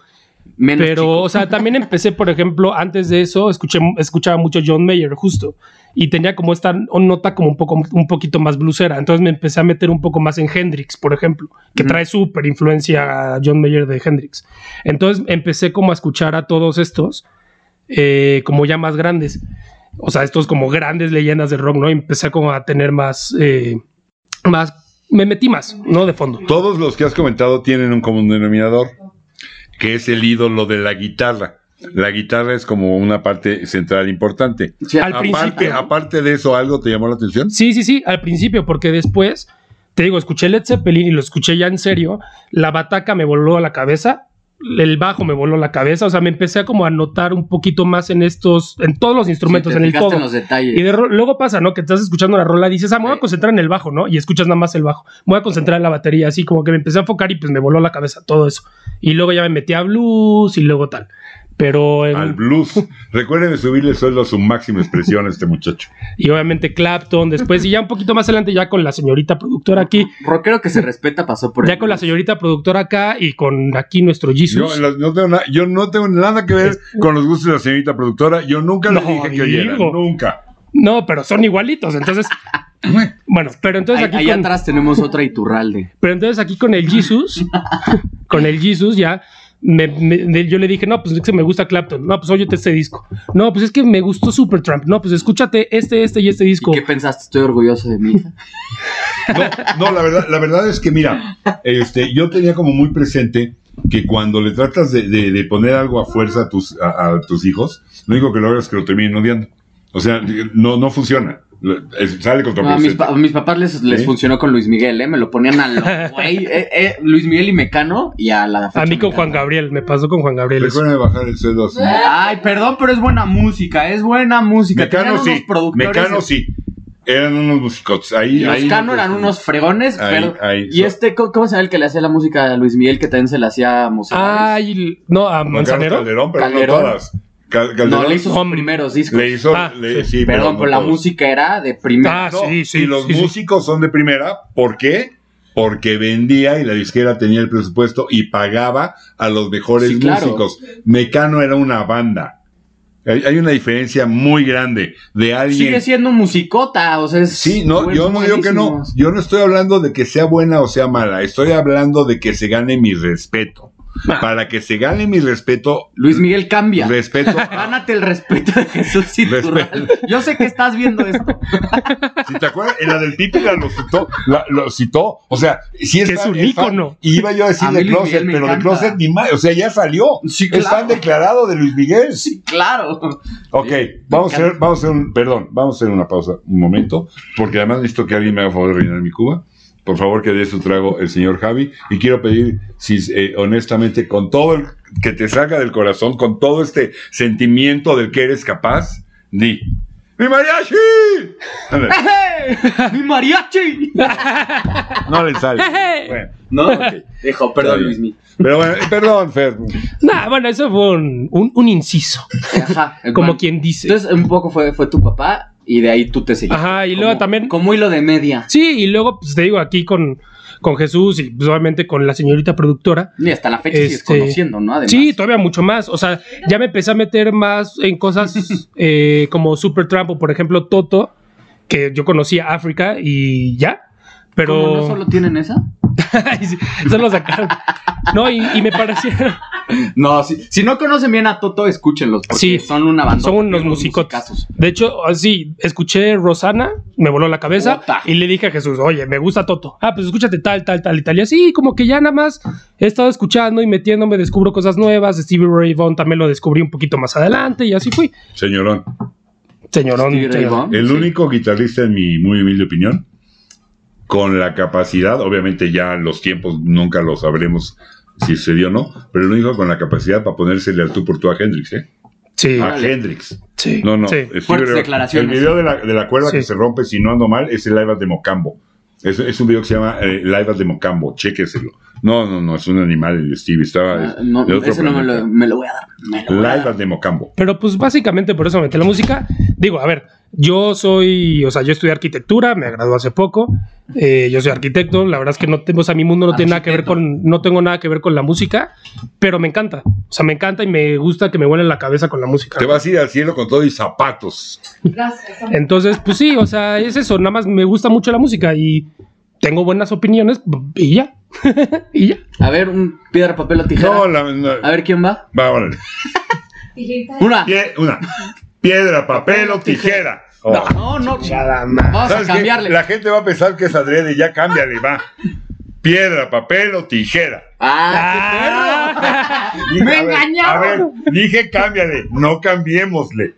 Speaker 1: Menos
Speaker 3: Pero,
Speaker 1: chico.
Speaker 3: o sea, también empecé, por ejemplo, antes de eso, escuché, escuchaba mucho John Mayer, justo, y tenía como esta nota como un, poco, un poquito más blusera. Entonces me empecé a meter un poco más en Hendrix, por ejemplo, que
Speaker 1: Ujú.
Speaker 3: trae súper influencia a John Mayer de Hendrix. Entonces empecé como a escuchar a todos estos, eh, como ya más grandes. O sea, estos como grandes leyendas de rock, ¿no? Y empecé como a tener más, eh, más, me metí más, ¿no? De fondo.
Speaker 2: Todos los que has comentado tienen un común denominador, que es el ídolo de la guitarra. La guitarra es como una parte central importante.
Speaker 1: Sí,
Speaker 3: al
Speaker 2: Aparte,
Speaker 3: principio.
Speaker 2: aparte de eso, ¿algo te llamó la atención?
Speaker 3: Sí, sí, sí, al principio, porque después, te digo, escuché Led Zeppelin y lo escuché ya en serio, la bataca me voló a la cabeza, el bajo me voló a la cabeza, o sea, me empecé a como a notar un poquito más en estos, en todos los instrumentos,
Speaker 1: te
Speaker 3: en el
Speaker 1: fijaste
Speaker 3: todo.
Speaker 1: en los detalles.
Speaker 3: Y de ro- luego pasa, ¿no? Que estás escuchando la rola, dices, ah, me voy
Speaker 1: Sí.
Speaker 3: a concentrar en el bajo, ¿no? Y escuchas nada más el bajo. Me voy a concentrar en la batería, así como que me empecé a enfocar y pues me voló la cabeza todo eso. Y luego ya me metí a blues y luego tal. Pero. en-
Speaker 2: Al blues. Recuerden de subirle el sueldo a su máxima expresión a este muchacho.
Speaker 3: y obviamente Clapton después. Y ya un poquito más adelante, ya con la señorita productora aquí.
Speaker 1: Rockero que se respeta pasó por
Speaker 3: ya
Speaker 1: el-
Speaker 3: con la señorita productora acá y con aquí nuestro
Speaker 2: Yo,
Speaker 3: Jesus.
Speaker 2: en las- no tengo na- yo no tengo nada que ver con los gustos de la señorita productora. Yo nunca le
Speaker 3: No,
Speaker 2: dije que
Speaker 3: amigo.
Speaker 2: oyera. Nunca.
Speaker 3: No, pero son igualitos. Entonces, bueno, pero entonces
Speaker 1: Ahí,
Speaker 3: aquí
Speaker 1: ahí
Speaker 3: con,
Speaker 1: atrás tenemos otra Iturralde.
Speaker 3: pero entonces aquí con el Jesus, con el Jesus ya. me- me- yo le dije, no, pues es que me gusta Clapton. No, pues óyete este disco. No, pues es que me gustó Supertramp. No, pues escúchate este, este y este disco.
Speaker 1: ¿Y qué pensaste? Estoy orgulloso de mí.
Speaker 2: No, no, la verdad, la verdad es que mira, este, yo tenía como muy presente que cuando le tratas de, de- de poner algo a fuerza a tus, a, a tus hijos, lo único que logras es que lo terminen odiando. O sea, no, no funciona. Es- sale
Speaker 1: No, a, mis,
Speaker 2: contraproducente.
Speaker 1: pa- a mis papás les, les
Speaker 2: ¿Eh?
Speaker 1: funcionó con Luis Miguel, ¿eh? Me lo ponían a lo güey. eh, eh, Luis Miguel y Mecano y a la fecha
Speaker 3: A mí
Speaker 1: me
Speaker 3: con Juan
Speaker 1: encanta.
Speaker 3: Gabriel, me pasó con Juan Gabriel. eso.
Speaker 2: Recuérdame bajar el sueldo así.
Speaker 1: Ay, perdón, pero es buena música, es buena música.
Speaker 2: Mecano
Speaker 1: Tenían unos
Speaker 2: sí,
Speaker 1: productores-
Speaker 2: Mecano sí. Eran unos musicotes. Ahí,
Speaker 1: Los
Speaker 2: ahí-
Speaker 1: Cano eran unos fregones,
Speaker 2: ahí-
Speaker 1: pero-
Speaker 2: ahí,
Speaker 1: Y este, ¿cómo, cómo se llama el que le hacía la música a Luis Miguel, que también se la hacía a Mozart?
Speaker 3: Ay, no, a
Speaker 2: Juan Carlos
Speaker 3: Manzanero.
Speaker 2: Calderón, pero
Speaker 1: Calderón.
Speaker 2: no todas. Cal- Calderón
Speaker 1: no, le hizo sus
Speaker 3: Hom-
Speaker 1: primeros discos.
Speaker 2: le hizo-
Speaker 3: Ah,
Speaker 2: le-
Speaker 3: sí.
Speaker 2: sí, pero
Speaker 1: Perdón,
Speaker 2: no
Speaker 1: pero la
Speaker 2: todos.
Speaker 1: música era de primera.
Speaker 3: Ah,
Speaker 2: No,
Speaker 3: sí, sí.
Speaker 2: y los
Speaker 3: sí, sí.
Speaker 2: músicos son de primera, ¿por qué? Porque vendía y la disquera tenía el presupuesto y pagaba a los mejores
Speaker 1: Sí, claro.
Speaker 2: músicos. Mecano era una banda. Hay, hay una diferencia muy grande de
Speaker 1: Sigue
Speaker 2: alguien.
Speaker 1: siendo musicota, o sea, es-
Speaker 2: Sí, no,
Speaker 1: buen-
Speaker 2: yo no digo que no.
Speaker 1: buenísimos.
Speaker 2: Yo no estoy hablando de que sea buena o sea mala. Estoy hablando de que se gane mi respeto.
Speaker 3: Ah.
Speaker 2: Para que se gane mi respeto,
Speaker 1: Luis Miguel cambia.
Speaker 2: respeto.
Speaker 1: Gánate el respeto de Jesús Iturral. Yo sé que estás viendo esto.
Speaker 2: Si te acuerdas, en la del Títila lo citó, la- lo citó. O sea, si
Speaker 3: Que es un ícono.
Speaker 2: Y iba yo a decir
Speaker 1: A mí
Speaker 2: de
Speaker 1: Luis
Speaker 2: Closet,
Speaker 1: Miguel me
Speaker 2: pero de
Speaker 1: encanta.
Speaker 2: Closet ni más. O sea, ya salió.
Speaker 1: Sí,
Speaker 2: Es fan
Speaker 1: claro.
Speaker 2: declarado de Luis Miguel.
Speaker 1: Sí, claro.
Speaker 2: Ok, vamos a, hacer,
Speaker 1: encanta.
Speaker 2: vamos a hacer un, perdón, vamos a hacer una pausa, un momento, porque además necesito que alguien me haga favor de rellenar mi cuba. Por favor, que dé su trago el señor Javi. Y quiero pedir, si, eh, honestamente, con todo el que te saca del corazón, con todo este sentimiento del que eres capaz, di. ¡Mi mariachi! Ándale.
Speaker 1: ¡Mi mariachi!
Speaker 2: No le sale. Bueno,
Speaker 1: No, dijo,
Speaker 2: Está
Speaker 1: perdón,
Speaker 2: bien.
Speaker 1: Luis Miguel.
Speaker 2: pero bueno, eh, perdón, Fer.
Speaker 3: Nah, bueno, eso fue un, un- un inciso,
Speaker 1: Ajá.
Speaker 3: como
Speaker 1: bueno.
Speaker 3: quien dice.
Speaker 1: Entonces, un poco fue, fue tu papá y de ahí tú te seguiste.
Speaker 3: Ajá, y luego
Speaker 1: Como-
Speaker 3: también.
Speaker 1: Como hilo de media.
Speaker 3: Sí, y luego, pues te digo, aquí con, con Jesús y pues, obviamente con la señorita productora.
Speaker 1: Y hasta la fecha sigues
Speaker 3: Este-
Speaker 1: conociendo, ¿no? Además.
Speaker 3: Sí, todavía mucho más. O sea, ya me empecé a meter más en cosas eh, como Supertramp o, por ejemplo, Toto, que yo conocía África y ya. Pero.
Speaker 1: ¿Cómo no solo tienen esa?
Speaker 3: Ay, sí, solo sacaron. No, y, y me parecieron.
Speaker 1: No, si, si no conocen bien a Toto, escúchenlos. Porque
Speaker 3: Sí.
Speaker 1: son una banda.
Speaker 3: Son unos musicotes.
Speaker 1: musicazos.
Speaker 3: De hecho, así, escuché Rosana, me voló la cabeza
Speaker 1: Puta.
Speaker 3: y le dije a Jesús, oye, me gusta Toto. Ah, pues escúchate tal, tal, tal, y tal. Y así, como que ya nada más he estado escuchando y metiéndome, descubro cosas nuevas. Stevie Ray Vaughan también lo descubrí un poquito más adelante y así fui.
Speaker 2: Señorón,
Speaker 3: Señorón.
Speaker 1: Stevie Ray
Speaker 3: señor.
Speaker 1: Vaughan.
Speaker 2: el único guitarrista, en mi muy humilde opinión, con la capacidad, obviamente ya los tiempos nunca lo sabremos si se dio o no, pero el único con la capacidad para ponérsele al tú por tú a Hendrix, ¿eh?
Speaker 3: Sí,
Speaker 2: A
Speaker 1: Órale.
Speaker 2: Hendrix.
Speaker 3: sí.
Speaker 2: No, no.
Speaker 3: sí.
Speaker 2: Stevie
Speaker 1: Fuertes
Speaker 2: Ray-
Speaker 1: declaraciones.
Speaker 2: El video de la, de la cuerda
Speaker 3: Sí.
Speaker 2: que se rompe, si no ando mal, es el Live at de Mocambo. Es, es un video que se llama eh, Live at de Mocambo, chéqueselo. No, no, no, es un animal el Stevie, estaba...
Speaker 1: Ah, no,
Speaker 2: de otro
Speaker 1: ese no me lo,
Speaker 2: planeta.
Speaker 1: me lo voy a dar. Me lo voy a
Speaker 2: Live
Speaker 1: dar.
Speaker 2: at de Mocambo.
Speaker 3: Pero pues básicamente por eso me metí en la música. Digo, a ver, yo soy, o sea, yo estudié arquitectura, me gradué hace poco. eh, yo soy arquitecto, la verdad es que no tengo, o sea, mi mundo no tiene nada que ver con, no tengo nada que ver con la música, pero me encanta. O sea, me encanta y me gusta que me vuelen la cabeza con la música.
Speaker 2: Te vas a ir al cielo con todo y zapatos.
Speaker 4: Gracias. amor.
Speaker 3: Entonces, pues sí, o sea, es eso, nada más me gusta mucho la música y tengo buenas opiniones y ya. y ya.
Speaker 1: A ver, un piedra, papel o tijera.
Speaker 2: No, la, la-
Speaker 1: A ver quién va.
Speaker 2: va, órale.
Speaker 4: Tijerita.
Speaker 1: Una.
Speaker 2: Pie- una. Piedra, papel o tijera. Oh.
Speaker 1: No, no. Vamos a
Speaker 2: ¿Sabes qué?
Speaker 1: cambiarle.
Speaker 2: La gente va a pensar que es adrede, ya cámbiale, va. Piedra, papel o tijera.
Speaker 1: Ah,
Speaker 2: Dije,
Speaker 4: Me
Speaker 2: a ver,
Speaker 4: engañaron.
Speaker 2: A ver, dije cámbiale, no cambiémosle.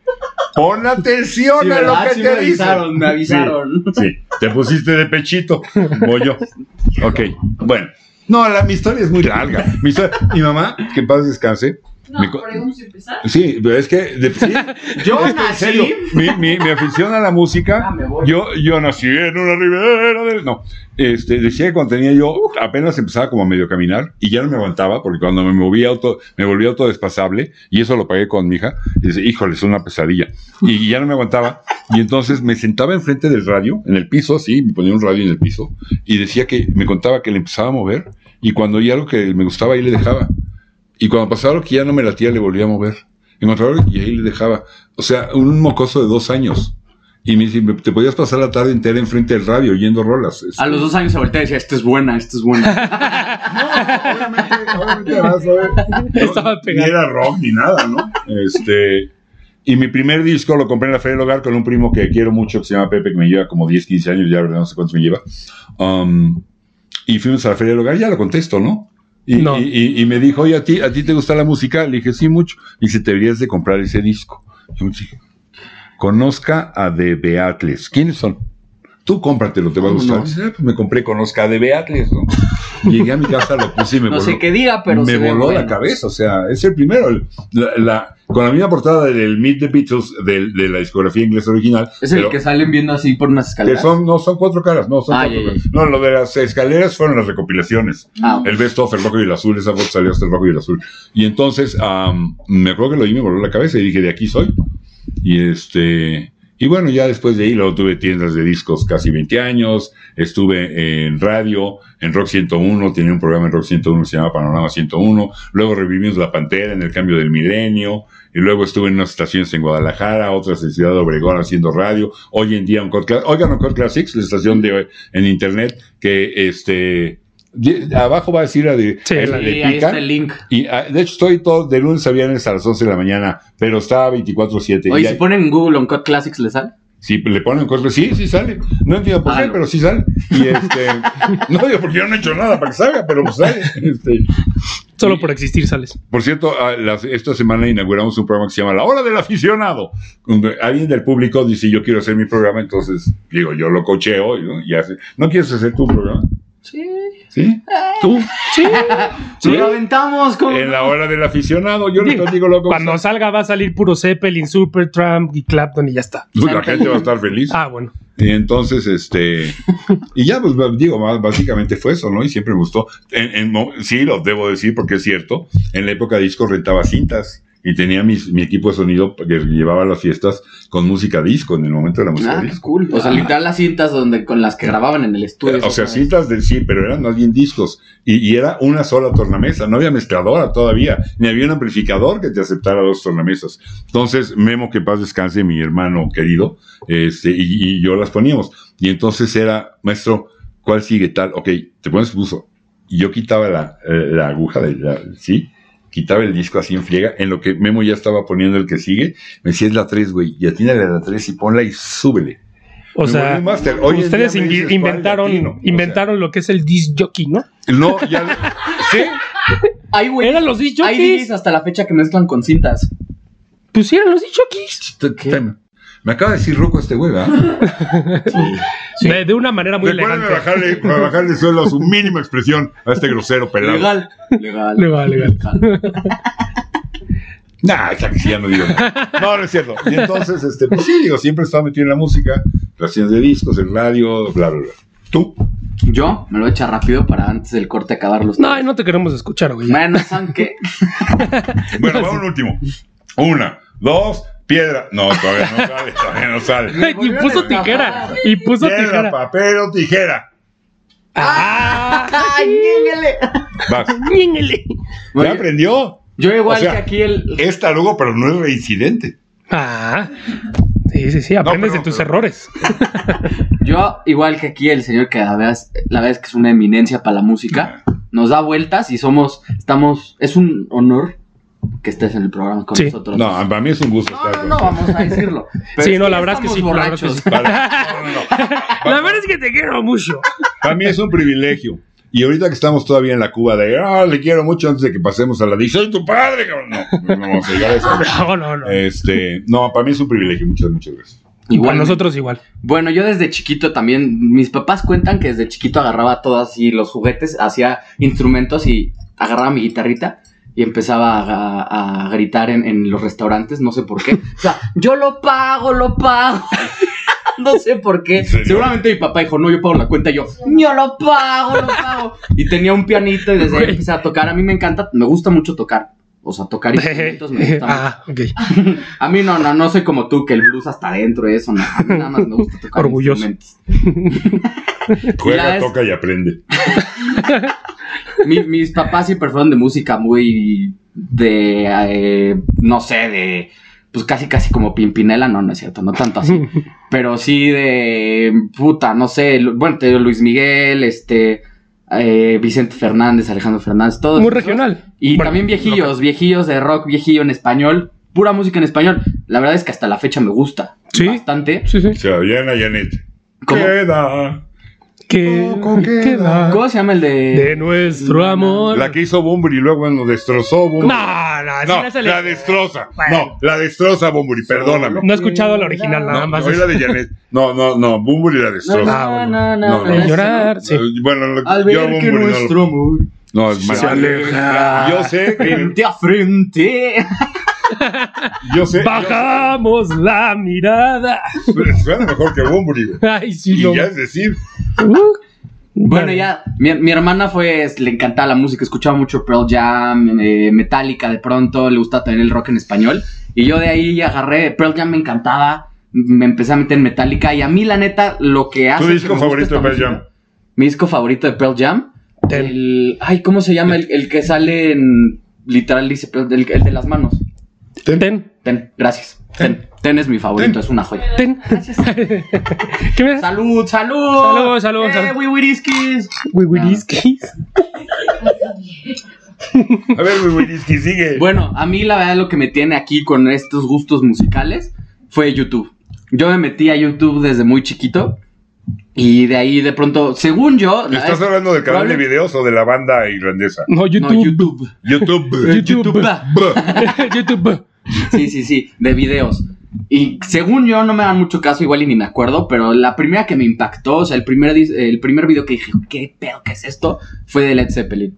Speaker 2: Pon atención
Speaker 1: qué perro.
Speaker 2: a
Speaker 1: Sí,
Speaker 2: lo
Speaker 1: ¿verdad?
Speaker 2: que
Speaker 1: Sí me
Speaker 2: te dicen.
Speaker 1: avisaron, me
Speaker 2: Sí,
Speaker 1: avisaron.
Speaker 2: Sí, te pusiste de pechito, voy yo. Ok, bueno. No, la, mi historia es muy larga. Mi, historia- mi mamá, que en paz descanse,
Speaker 4: No,
Speaker 2: Me co-
Speaker 4: por ahí vamos a empezar.
Speaker 2: Sí, pero es que de- sí,
Speaker 1: Yo
Speaker 2: es que, en
Speaker 1: nací-
Speaker 2: serio, mi, mi- mi afición a la música,
Speaker 1: Ah, me voy.
Speaker 2: yo, yo nací en una ribera del... No, este, decía que cuando tenía yo, apenas empezaba como a medio caminar y ya no me aguantaba porque cuando me movía auto, me volví autodespasable y eso lo pagué con mi hija, y dice, híjole, es una pesadilla. Y ya no me aguantaba y entonces me sentaba enfrente del radio, en el piso, así, me ponía un radio en el piso y decía que me contaba que le empezaba a mover y cuando oía algo que me gustaba ahí le dejaba. Y cuando pasaba algo que ya no me latía, le volvía a mover. Encontraba algo y ahí le dejaba. O sea, un mocoso de dos años. Y me dice, te podías pasar la tarde entera enfrente del radio oyendo rolas.
Speaker 1: A los dos años se voltea y decía, esta es buena, esta es buena.
Speaker 2: Obviamente, obviamente, vas a ver. No,
Speaker 3: Estaba
Speaker 2: ni
Speaker 3: pegado.
Speaker 2: era rock ni nada, ¿no? Este, y mi primer disco lo compré en la Feria del Hogar con un primo que quiero mucho, que se llama Pepe, que me lleva como 10, 15 años, ya verdad, no sé cuántos me lleva. Um, y fuimos a la Feria del Hogar, ya lo contesto, ¿no? Y,
Speaker 3: No.
Speaker 2: y- y- y me dijo, oye, ¿a ti, ¿a ti te gusta la música? Le dije, sí, mucho. Y dice, te deberías de comprar ese disco. Yo dije, conozca a The Beatles. ¿Quiénes son? Tú cómpratelo, te va a
Speaker 1: ¿Cómo
Speaker 2: gustar.
Speaker 1: no?
Speaker 2: Dice, "Ah, pues me compré Conozca a The Beatles. ¿no?". Llegué a mi casa, lo puse y me
Speaker 1: No
Speaker 2: voló,
Speaker 1: sé qué diga, pero
Speaker 2: me
Speaker 1: se ve
Speaker 2: voló la
Speaker 1: bueno.
Speaker 2: cabeza. O sea, es el primero. El- la- la- con la misma portada del Meet the Beatles, del- de, la discografía inglesa original.
Speaker 1: Es el
Speaker 2: pero-
Speaker 1: que salen viendo así por unas
Speaker 2: que
Speaker 1: escaleras.
Speaker 2: son, no, son cuatro caras, no, son
Speaker 1: Ah,
Speaker 2: cuatro
Speaker 1: ya, ya.
Speaker 2: caras. No, lo de las escaleras fueron las recopilaciones.
Speaker 4: Mm,
Speaker 1: Ah,
Speaker 2: El best of, el rojo y el azul, esa foto salió hasta el rojo y el azul. Y entonces am, me acuerdo que lo vi y me voló la cabeza y dije, de aquí soy. Y este. Y bueno, ya después de ahí, luego tuve tiendas de discos casi 20 años, estuve en radio, en Rock 101, tenía un programa en Rock 101 que se llamaba Panorama 101, luego revivimos La Pantera en el cambio del milenio, y luego estuve en unas estaciones en Guadalajara, otras en Ciudad Obregón haciendo radio, hoy en día Encore Cla- oigan Encore Classics, la estación de, en internet, que este, di- abajo va a decir la de,
Speaker 3: Sí,
Speaker 2: ahí
Speaker 1: sí,
Speaker 2: la de
Speaker 1: ahí
Speaker 2: Pican,
Speaker 1: está el link.
Speaker 2: y ah, de hecho estoy todo de lunes a viernes a las 11 de la mañana, pero está 24-7.
Speaker 1: Oye,
Speaker 2: y
Speaker 1: si
Speaker 2: ahí-
Speaker 1: ponen en Google Uncut Classics, ¿le sale?
Speaker 2: si le ponen cosas, sí, sí sale. No entiendo por
Speaker 1: Ah,
Speaker 2: qué,
Speaker 1: no.
Speaker 2: pero sí sale. Y este, no digo porque yo no he hecho nada para que salga, pero pues sale. Este,
Speaker 3: Solo por existir sales.
Speaker 2: por cierto, a las- esta semana inauguramos un programa que se llama La Hora del Aficionado. Donde alguien del público dice, yo quiero hacer mi programa, entonces digo, yo lo cocheo y, y hace. ¿No quieres hacer tu programa?
Speaker 1: Sí.
Speaker 2: ¿Sí? ¿Tú?
Speaker 3: Sí.
Speaker 2: Sí.
Speaker 1: Lo aventamos con.
Speaker 2: En La Hora del Aficionado, yo le
Speaker 3: Digo,
Speaker 2: platico loco.
Speaker 3: Cuando salga va a salir puro Zeppelin, Supertramp y Clapton y ya está.
Speaker 2: Pues La gente va a estar feliz.
Speaker 3: Ah, bueno.
Speaker 2: Y entonces, este, y ya, pues digo, más- básicamente fue eso, ¿no? Y siempre me gustó. En, en mo- sí, lo debo decir porque es cierto. En la época de disco rentaba cintas y tenía mis- mi equipo de sonido que llevaba a las fiestas con música disco en el momento de la música
Speaker 1: Ah, qué
Speaker 2: disco.
Speaker 1: cool. O sea, literal las cintas donde, con las que grababan en el estudio.
Speaker 2: Eh, O sea,
Speaker 1: ¿sabes?
Speaker 2: cintas del sí, pero eran más bien discos. Y, y era una sola tornamesa, no había mezcladora todavía, ni había un amplificador que te aceptara dos tornamesas. Entonces, Memo, que paz descanse, mi hermano querido, este, y, y yo las poníamos. Y entonces era, maestro, ¿cuál sigue tal? Ok, te pones buzo. Y yo quitaba la, eh, la aguja de la, sí, quitaba el disco así en friega, en lo que Memo ya estaba poniendo el que sigue, me decía es la 3, güey, y atínale a la 3 y ponla y súbele.
Speaker 3: O
Speaker 2: Me volví
Speaker 3: sea,
Speaker 2: un máster. Hoy en
Speaker 3: ustedes
Speaker 2: día me
Speaker 3: in-
Speaker 2: dices, ¿cuál
Speaker 3: inventaron,
Speaker 2: latino? O sea,
Speaker 3: inventaron lo que es el disc jockey, ¿no?
Speaker 2: no, ya. sí,
Speaker 1: Ay, güey.
Speaker 3: Eran los disc
Speaker 1: Hay DJs
Speaker 3: jockeys.
Speaker 1: hasta la fecha que mezclan con cintas.
Speaker 3: Pues sí, eran los disc jockeys.
Speaker 2: t- t- Me acaba de decir roco este güey, ¿verdad?
Speaker 1: Sí.
Speaker 3: De, de una manera muy
Speaker 2: Recuérdame
Speaker 3: elegante.
Speaker 2: bajarle, bajarle el suelo a su mínima expresión a este grosero pelado.
Speaker 1: Legal. Legal.
Speaker 3: Legal, legal.
Speaker 2: Nah, ya que sí, ya no digo nada. No, no es cierto. Y entonces, este, pues sí, digo, siempre estaba metido en la música, relaciones de discos, en radio, bla, bla, bla. ¿Tú?
Speaker 1: Yo me lo echa rápido para antes del corte acabarlos.
Speaker 3: No, ay, no te queremos escuchar, güey.
Speaker 1: Bueno, ¿saben qué?
Speaker 2: Bueno, vamos al último. Una, dos, piedra. No, todavía no sale, todavía no sale.
Speaker 3: Y puso tijera. Y puso
Speaker 2: Piedra,
Speaker 3: tijera.
Speaker 2: papel o tijera.
Speaker 3: Ah,
Speaker 1: ¡Ay, ñéngale!
Speaker 2: Vas.
Speaker 3: ñéngale.
Speaker 2: Ya
Speaker 1: Bueno,
Speaker 2: aprendió.
Speaker 1: yo igual
Speaker 2: O sea,
Speaker 1: que aquí el...
Speaker 2: Es tarugo, pero no es reincidente.
Speaker 3: Ah. Sí, sí, sí. Aprendes
Speaker 2: pero-
Speaker 3: de tus
Speaker 2: pero-
Speaker 3: errores.
Speaker 1: Yo igual que aquí el señor que la verdad, es, la verdad es que es una eminencia para la música. Nos da vueltas y somos... Estamos... Es un honor que estés en el programa con
Speaker 3: Sí.
Speaker 1: nosotros.
Speaker 2: No, para mí es un gusto
Speaker 1: no,
Speaker 2: estar
Speaker 1: no,
Speaker 2: con
Speaker 1: no, vamos a decirlo. Pero
Speaker 3: Sí,
Speaker 1: es
Speaker 3: no, la
Speaker 1: ya
Speaker 3: verdad es que
Speaker 1: estamos
Speaker 3: sí, la verdad es que
Speaker 1: borrachos.
Speaker 3: sí.
Speaker 2: Para, no, no, no.
Speaker 3: La verdad es que te quiero mucho.
Speaker 2: Para mí es un privilegio. Y ahorita que estamos todavía en la Cuba de, ah, le quiero mucho antes de que pasemos a la de, soy tu padre, cabrón. No, no vamos a llegar a eso.
Speaker 3: No, no, no.
Speaker 2: Este, no, para mí es un privilegio. Muchas, muchas gracias.
Speaker 3: Igual
Speaker 1: Igual
Speaker 3: nosotros igual.
Speaker 1: Bueno, yo desde chiquito también, mis papás cuentan que desde chiquito agarraba todas y los juguetes, hacía instrumentos y agarraba mi guitarrita y empezaba a, a gritar en, en los restaurantes, no sé por qué. O sea, yo lo pago, lo pago. No sé por qué.
Speaker 2: ¿En serio?
Speaker 1: Seguramente mi papá dijo, no, yo pago la cuenta. Y yo, yo lo pago, lo pago. Y tenía un pianito y desde ahí
Speaker 3: Güey.
Speaker 1: empecé a tocar. A mí me encanta, me gusta mucho tocar. O sea, tocar instrumentos me gusta mucho.
Speaker 3: ah, ok.
Speaker 1: A mí no, no, no soy como tú, que el blues hasta adentro y eso, no. A mí nada más me gusta tocar
Speaker 3: Orgulloso.
Speaker 1: instrumentos.
Speaker 2: Juega,
Speaker 1: Ya es-
Speaker 2: toca y aprende.
Speaker 1: Mi- mis papás siempre fueron de música muy de, eh, no sé, de, pues casi, casi como Pimpinela, no, no es cierto, no
Speaker 2: Ah,
Speaker 1: tanto así. Pero sí de, puta, no sé, Lu- bueno, te digo Luis Miguel, este, eh, Vicente Fernández, Alejandro Fernández, todos.
Speaker 3: Muy
Speaker 1: esos.
Speaker 3: regional.
Speaker 1: Y
Speaker 3: Bueno,
Speaker 1: también viejillos, viejillos de rock, viejillo en español, pura música en español. La verdad es que hasta la fecha me gusta
Speaker 3: Sí.
Speaker 1: bastante.
Speaker 3: Sí, sí.
Speaker 2: Se va bien a Janet.
Speaker 1: Como-
Speaker 2: Queda.
Speaker 3: que
Speaker 2: Poco queda.
Speaker 3: queda
Speaker 1: ¿Cómo se llama el de...?
Speaker 3: de nuestro amor.
Speaker 2: La que hizo Bumburi y luego nos destrozó Bumburi.
Speaker 3: No, no, esa
Speaker 2: No,
Speaker 3: no se le-
Speaker 2: la destroza.
Speaker 3: Bueno.
Speaker 2: No, la destroza Bumburi, perdóname.
Speaker 3: No he escuchado la original,
Speaker 2: No,
Speaker 3: nada más.
Speaker 2: no, es la de Janet. No, no, no, Bumburi la
Speaker 1: No,
Speaker 2: destroza.
Speaker 1: no, no, no,
Speaker 2: No,
Speaker 1: pero
Speaker 2: no.
Speaker 1: ese
Speaker 3: Llorar, sí.
Speaker 2: Eh, Bueno, lo-
Speaker 1: Al
Speaker 2: yo a
Speaker 1: ver
Speaker 2: Bumburi
Speaker 1: que
Speaker 2: no lo-
Speaker 1: nuestro amor
Speaker 2: No, es más.
Speaker 1: se aleja
Speaker 2: Yo sé que.
Speaker 1: frente a frente.
Speaker 2: Yo sé.
Speaker 3: Bajamos la mirada.
Speaker 2: yo- suena mejor que Bumburi. güey.
Speaker 3: Ay, sí, no.
Speaker 2: Y ya es decir,
Speaker 3: Uh,
Speaker 1: Bueno,
Speaker 3: dale.
Speaker 1: ya, mi, mi hermana fue, es- le encantaba la música, escuchaba mucho Pearl Jam, eh, Metallica de pronto, le gustaba también el rock en español. Y yo de ahí agarré, Pearl Jam me encantaba, me empecé a meter en Metallica. Y a mí, la neta, lo que hace.
Speaker 2: tu
Speaker 1: que
Speaker 2: disco
Speaker 1: me guste
Speaker 2: favorito de
Speaker 1: esta
Speaker 2: Pearl Jam.
Speaker 1: música- Mi disco favorito de Pearl Jam.
Speaker 3: Ten.
Speaker 1: El, ay, ¿cómo se llama? El, el que sale en. Literal, dice Pearl- el, el de las manos.
Speaker 3: Ten,
Speaker 1: Ten, gracias. Ten, ten es mi favorito,
Speaker 2: Ten.
Speaker 1: es una joya.
Speaker 3: ten. ¿Qué me das?
Speaker 1: Salud, salud.
Speaker 3: Salud, salud,
Speaker 1: Eh,
Speaker 3: salud.
Speaker 1: wiwiriskis. Ah.
Speaker 3: Wiwiliskis.
Speaker 2: A ver, güey, güey, es que sigue.
Speaker 1: Bueno, a mí la verdad lo que me tiene aquí con estos gustos musicales fue YouTube. Yo me metí a YouTube desde muy chiquito y de ahí de pronto, según yo, la-
Speaker 2: ¿Estás hablando del canal de
Speaker 1: probable-
Speaker 2: videos o de la banda irlandesa?
Speaker 3: No,
Speaker 1: no,
Speaker 3: YouTube.
Speaker 1: YouTube.
Speaker 2: YouTube.
Speaker 3: YouTube.
Speaker 1: YouTube.
Speaker 3: YouTube.
Speaker 1: Sí, sí, sí, de videos. Y según yo no me dan mucho caso, igual y ni me acuerdo, pero la primera que me impactó, o sea, el primer, dis- el primer video que dije, ¿qué pedo que es esto? Fue de Led Zeppelin.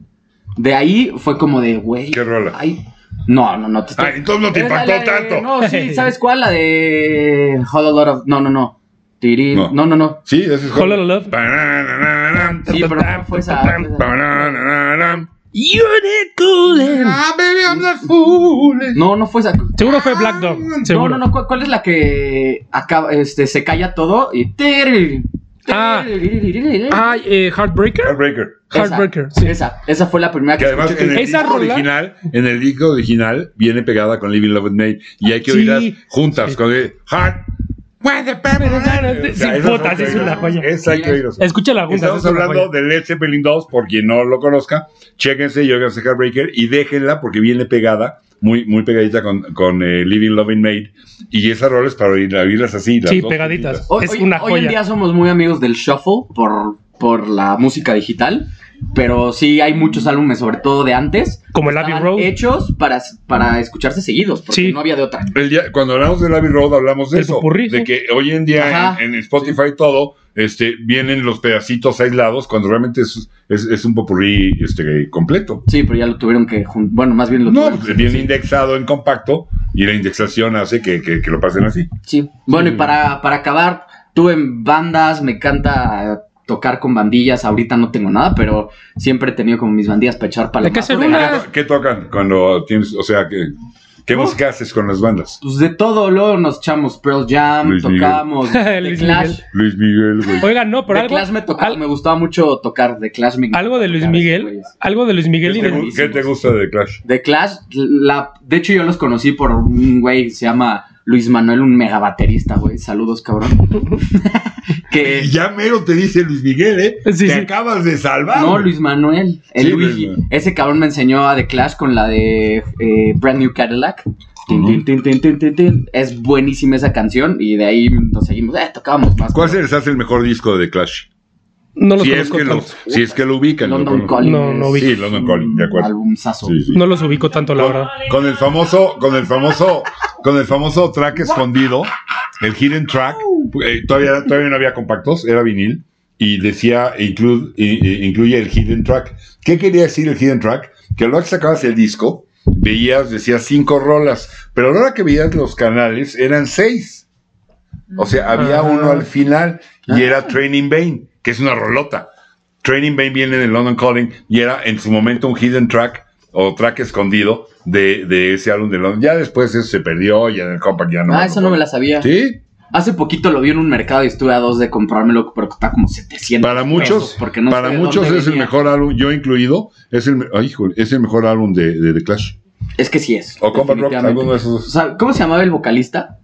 Speaker 1: De ahí fue como de, güey.
Speaker 2: ¿Qué rola?
Speaker 1: ay, no, no, no, te estoy
Speaker 2: Ay, entonces no te
Speaker 1: Pero es
Speaker 2: impactó
Speaker 1: la de-
Speaker 2: tanto.
Speaker 1: No, sí, ¿sabes cuál? La de Hollow Lot of. No, no, no. Tirín.
Speaker 2: No.
Speaker 1: No, no, no.
Speaker 2: Sí, ese es
Speaker 3: Hollow Love.
Speaker 2: Banananaram,
Speaker 1: Sí, pero no fue esa.
Speaker 2: banananaram.
Speaker 3: Unit Cooler.
Speaker 2: Ah, baby, I'm not fooling.
Speaker 1: No, no fue esa.
Speaker 3: Seguro fue Black Dog.
Speaker 1: No,
Speaker 3: Seguro.
Speaker 1: no, no. ¿Cuál, cuál es la que acaba, este, se calla todo y. tirín,
Speaker 3: Ah.
Speaker 1: tirín,
Speaker 3: Ay, eh, Heartbreaker.
Speaker 2: Heartbreaker.
Speaker 1: Esa,
Speaker 3: Heartbreaker, sí.
Speaker 1: Esa, esa fue la primera que,
Speaker 2: Que además
Speaker 1: escuché
Speaker 2: en el,
Speaker 1: que-
Speaker 3: Esa
Speaker 2: disco
Speaker 3: rola-
Speaker 2: original, en el disco original viene pegada con Living Love at Night y hay que
Speaker 3: Sí.
Speaker 2: oírlas juntas
Speaker 3: Sí. Ah,
Speaker 2: con el Heart.
Speaker 3: Sí, puta, sí, es una joya.
Speaker 2: Esa hay que oírlas.
Speaker 3: Escúchala juntas.
Speaker 2: Estamos
Speaker 3: es una
Speaker 2: hablando
Speaker 3: joya.
Speaker 2: de Led Zeppelin 2, por quien no lo conozca, chéquense y óiganse Heartbreaker y déjenla porque viene pegada, muy, muy pegadita con, con eh, Living Loving Made. Y esa rola es para oír- oírlas así. las
Speaker 3: Sí,
Speaker 2: dos
Speaker 3: pegaditas.
Speaker 1: Hoy,
Speaker 3: Es
Speaker 1: hoy-
Speaker 3: una
Speaker 1: hoy en
Speaker 3: joya.
Speaker 1: día somos muy amigos del shuffle por, por la música digital. Pero sí hay muchos álbumes, sobre todo de antes.
Speaker 3: Como el Abbey
Speaker 1: estaban
Speaker 3: Road.
Speaker 1: hechos para, para escucharse seguidos, porque
Speaker 3: Sí.
Speaker 1: no había de otra.
Speaker 2: El día- cuando hablamos del Abbey Road hablamos de
Speaker 3: El
Speaker 2: eso,
Speaker 3: popurrí, sí.
Speaker 2: de que hoy en día
Speaker 1: Ajá.
Speaker 2: en, en Spotify todo, este, vienen los pedacitos aislados cuando realmente es, es, es un popurrí este, completo.
Speaker 1: Sí, pero ya lo tuvieron que jun- Bueno, más bien lo
Speaker 2: No,
Speaker 1: tuvieron que-
Speaker 2: pues, viene indexado en compacto y la indexación hace que, que- que lo pasen así.
Speaker 1: Sí. Bueno,
Speaker 2: Sí.
Speaker 1: y para, para acabar, tuve en bandas, me encanta tocar con bandillas. Ahorita no tengo nada, pero siempre he tenido como mis bandillas para echar para
Speaker 3: Hay que hacer
Speaker 1: de
Speaker 3: una.
Speaker 1: ganas.
Speaker 3: Ah.
Speaker 2: ¿Qué tocan cuando tienes, o sea, que, qué
Speaker 1: No.
Speaker 2: música haces con las bandas?
Speaker 1: Pues de todo, luego nos echamos Pearl Jam,
Speaker 2: Luis Miguel.
Speaker 1: tocamos The
Speaker 3: Luis
Speaker 1: Clash.
Speaker 3: Miguel.
Speaker 2: Luis Miguel, güey.
Speaker 3: Oigan, no, pero
Speaker 1: The
Speaker 3: algo,
Speaker 1: Clash me tocaba,
Speaker 3: al-
Speaker 1: me gustaba mucho tocar The Clash. me
Speaker 3: algo de Luis
Speaker 1: encantaba tocar esos
Speaker 3: Miguel.
Speaker 1: güeyes.
Speaker 3: Algo de Luis Miguel.
Speaker 2: ¿Qué
Speaker 3: y
Speaker 2: te,
Speaker 3: de-
Speaker 2: gu- qué te gusta de Clash?
Speaker 1: The Clash, la, de hecho yo los conocí por un güey que se llama Luis Manuel, un mega baterista, güey. Saludos, cabrón. que
Speaker 2: ya mero te dice Luis Miguel, ¿eh?
Speaker 3: Sí, sí.
Speaker 2: acabas de salvar.
Speaker 1: No,
Speaker 2: güey.
Speaker 1: Luis Manuel. El
Speaker 2: Sí,
Speaker 1: Luigi.
Speaker 2: Luis Manuel.
Speaker 1: Ese cabrón me enseñó a The Clash con la de eh, Brand New Cadillac. Tin,
Speaker 2: Ujú.
Speaker 1: tin, tin, tin, tin, tin, tin. Es buenísima esa canción y de ahí nos seguimos. Eh, tocábamos más.
Speaker 2: ¿Cuál se les hace el mejor disco de The Clash?
Speaker 3: No los
Speaker 2: si, es
Speaker 3: conozco
Speaker 2: que lo,
Speaker 3: tanto.
Speaker 2: si es que lo ubican. lo
Speaker 1: London
Speaker 2: conocen.
Speaker 1: Calling.
Speaker 3: No, no
Speaker 1: es
Speaker 3: ubico.
Speaker 2: Sí, London Calling, de acuerdo.
Speaker 1: Un albumzazo.
Speaker 2: Sí, sí.
Speaker 3: No los ubico tanto, la
Speaker 2: Con-
Speaker 3: verdad.
Speaker 2: Con el famoso, con el famoso, con el famoso track escondido, el hidden track, eh, todavía, todavía no había compactos, era vinil, y decía include, i- i- incluye el hidden track. ¿Qué quería decir el hidden track? Que luego que sacabas el disco, veías, decía cinco rolas, pero a la hora que veías los canales eran seis. O sea, había
Speaker 3: Ah.
Speaker 2: uno al final y
Speaker 1: Ah.
Speaker 2: era Training Bane, que es una rolota. Training Bane viene de London Calling y era en su momento un hidden track o track escondido de, de ese álbum de London. Ya después eso se perdió y en el compact ya no.
Speaker 1: Ah, eso no me la sabía.
Speaker 2: Sí,
Speaker 1: Hace poquito lo vi en un mercado y estuve a dos de comprármelo, pero está como 700.
Speaker 2: para muchos,
Speaker 1: pesos, porque no
Speaker 2: para
Speaker 1: sé de
Speaker 2: muchos
Speaker 1: dónde
Speaker 2: es el
Speaker 1: venía.
Speaker 2: mejor álbum, yo incluido, es el, me- ay, híjole, es el mejor álbum de, de The Clash.
Speaker 1: Es que sí es.
Speaker 2: O Compact Rock,
Speaker 1: definitivamente.
Speaker 2: alguno de esos
Speaker 1: O
Speaker 2: dos.
Speaker 1: sea, ¿cómo se llamaba el vocalista?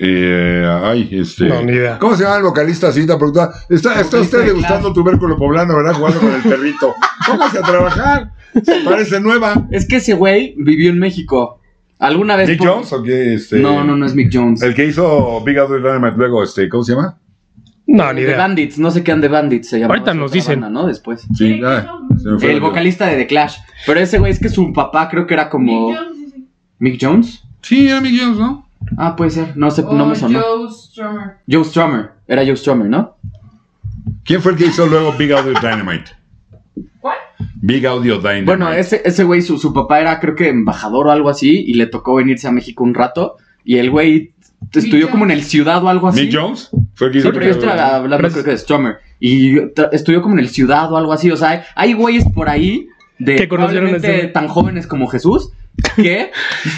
Speaker 2: Eh, ay, este.
Speaker 3: No, ni idea.
Speaker 2: ¿Cómo se llama el vocalista, señorita productora? Está, está
Speaker 1: Vocalista
Speaker 2: usted
Speaker 1: de
Speaker 2: degustando tubérculo poblano, ¿verdad? Jugando con el perrito. Póngase a trabajar. Parece nueva.
Speaker 1: Es que ese güey vivió en México. Alguna vez.
Speaker 2: ¿Nick
Speaker 1: por-
Speaker 2: Jones o qué? Este,
Speaker 1: No, no, no es Mick Jones.
Speaker 2: El que hizo Big Adult Dynamite luego, este, ¿cómo se llama?
Speaker 3: No, ni
Speaker 1: The
Speaker 3: idea.
Speaker 1: Bandits, no sé qué de Bandits se llama.
Speaker 3: Ahorita nos dicen.
Speaker 1: ¿no? Después.
Speaker 2: Sí, ah, se me fue
Speaker 1: El
Speaker 2: la-
Speaker 1: vocalista de The Clash. Pero ese güey es que su papá creo que era como.
Speaker 4: Nick Jones, sí, sí.
Speaker 1: ¿Mick Jones?
Speaker 2: Sí, era Mick Jones, ¿no?
Speaker 1: Ah, puede ser. No sé, no me
Speaker 4: O
Speaker 1: sonó.
Speaker 4: Oh, Joe Strummer.
Speaker 1: Joe Strummer. Era Joe Strummer, ¿no?
Speaker 2: ¿Quién fue el que hizo luego Big Audio Dynamite?
Speaker 4: ¿Cuál?
Speaker 2: Big Audio Dynamite.
Speaker 1: Bueno, ese, ese güey, su, su papá era creo que embajador o algo así, y le tocó venirse a México un rato. Y el güey estudió
Speaker 4: Jones.
Speaker 1: como en el ciudad o algo así.
Speaker 2: Mick Jones fue el que
Speaker 1: Sí,
Speaker 2: hizo.
Speaker 1: pero yo estoy hablando
Speaker 3: Gracias.
Speaker 1: creo que de Strummer. Y tra- estudió como en el ciudad o algo así. O sea, hay- hay güeyes por ahí de
Speaker 3: Que conocieron a
Speaker 1: probablemente
Speaker 3: este güey.
Speaker 1: tan jóvenes como Jesús que,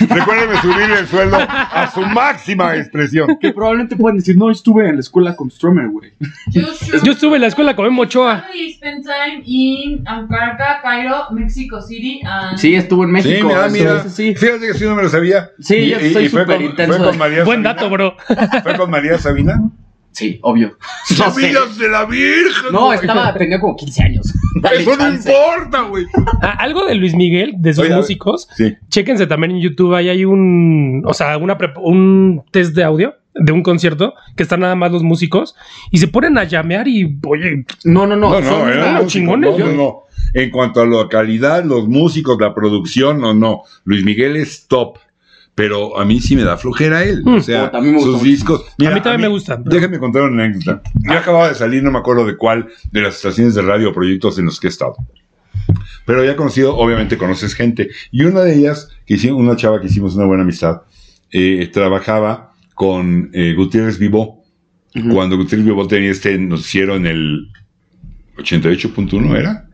Speaker 2: Recuérdeme subir el sueldo a su máxima expresión.
Speaker 1: que probablemente pueden decir, no, estuve en la escuela con Strummer, güey.
Speaker 4: Joe Strummer.
Speaker 3: Yo estuve en la escuela con Memo Ochoa.
Speaker 4: He spent time in Ankara, Cairo, Mexico City, and
Speaker 1: Ah. Sí, estuvo en
Speaker 2: Sí,
Speaker 1: México.
Speaker 2: mira,
Speaker 1: estuvo-
Speaker 2: mira.
Speaker 1: Sí, sí.
Speaker 2: Fíjate que sí no me lo sabía.
Speaker 1: Sí, yo soy
Speaker 2: fue con-
Speaker 1: superintenso
Speaker 2: fue con
Speaker 1: de-
Speaker 2: María
Speaker 3: Buen
Speaker 2: Sabina.
Speaker 3: dato, bro.
Speaker 2: ¿Fue con María Sabina?
Speaker 1: Sí, obvio. No, sé.
Speaker 2: ¡Semillas de la Virgen!
Speaker 1: No,
Speaker 2: güey!
Speaker 1: estaba, tenía como 15 años. Dale
Speaker 2: Eso no
Speaker 1: chance.
Speaker 2: importa, güey.
Speaker 3: Ah, algo de Luis Miguel, de sus
Speaker 2: Oye, a ver.
Speaker 3: músicos.
Speaker 2: Sí.
Speaker 3: Chéquense también en YouTube. Ahí hay un, o sea, una prep- un test de audio de un concierto que están nada más los músicos y se ponen a llamear y, oye,
Speaker 1: No, no, no.
Speaker 2: No, no,
Speaker 1: son-
Speaker 2: eran
Speaker 3: unos
Speaker 2: músicos,
Speaker 3: chingones,
Speaker 2: No,
Speaker 3: yo-
Speaker 2: no, no. En cuanto a la calidad, los músicos, la producción, no, no. Luis Miguel es top. Pero a mí sí me da flojera él.
Speaker 3: Mm.
Speaker 2: O sea,
Speaker 1: Puta, a mí me gusta
Speaker 2: sus
Speaker 1: mucho.
Speaker 2: discos. Mira,
Speaker 3: a mí también me gusta.
Speaker 2: Déjame contar una anécdota. Yo acababa de salir, no me acuerdo de cuál, de las estaciones de radio o proyectos en los que he estado. Pero ya he conocido, obviamente conoces gente. Y una de ellas, que hicimos, una chava que hicimos una buena amistad, eh, trabajaba con eh, Gutiérrez Vivo.
Speaker 1: Ujú.
Speaker 2: Cuando Gutiérrez Vivo tenía este noticiero en el 88.1, ¿era?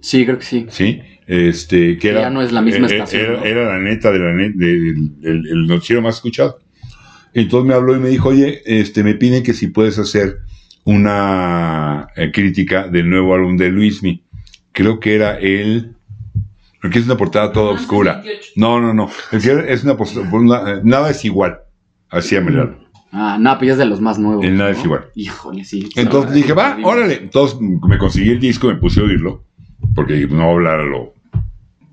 Speaker 1: Sí, creo que sí.
Speaker 2: Sí. Este, que
Speaker 1: Ya
Speaker 2: era,
Speaker 1: no es la misma estación,
Speaker 2: Era,
Speaker 1: ¿no?
Speaker 2: era la neta de la net- del- del- el noticiero más escuchado. Entonces me habló y me dijo, oye, este, me piden que si puedes hacer una eh, crítica del nuevo álbum de Luismi. Creo que era él, porque es una portada toda
Speaker 4: Romance
Speaker 2: oscura.
Speaker 4: 28.
Speaker 2: No, no, no. Es, que es una, post- una- eh, nada es igual. Así me la-
Speaker 1: Ah, no, pues ya es de los más nuevos.
Speaker 2: El nada
Speaker 1: ¿no?
Speaker 2: es igual.
Speaker 1: Híjole, sí.
Speaker 2: Entonces
Speaker 1: Ah,
Speaker 2: dije, va,
Speaker 1: perdimos.
Speaker 2: órale. Entonces me conseguí el disco, me puse a oírlo, porque dije, no hablar a lo,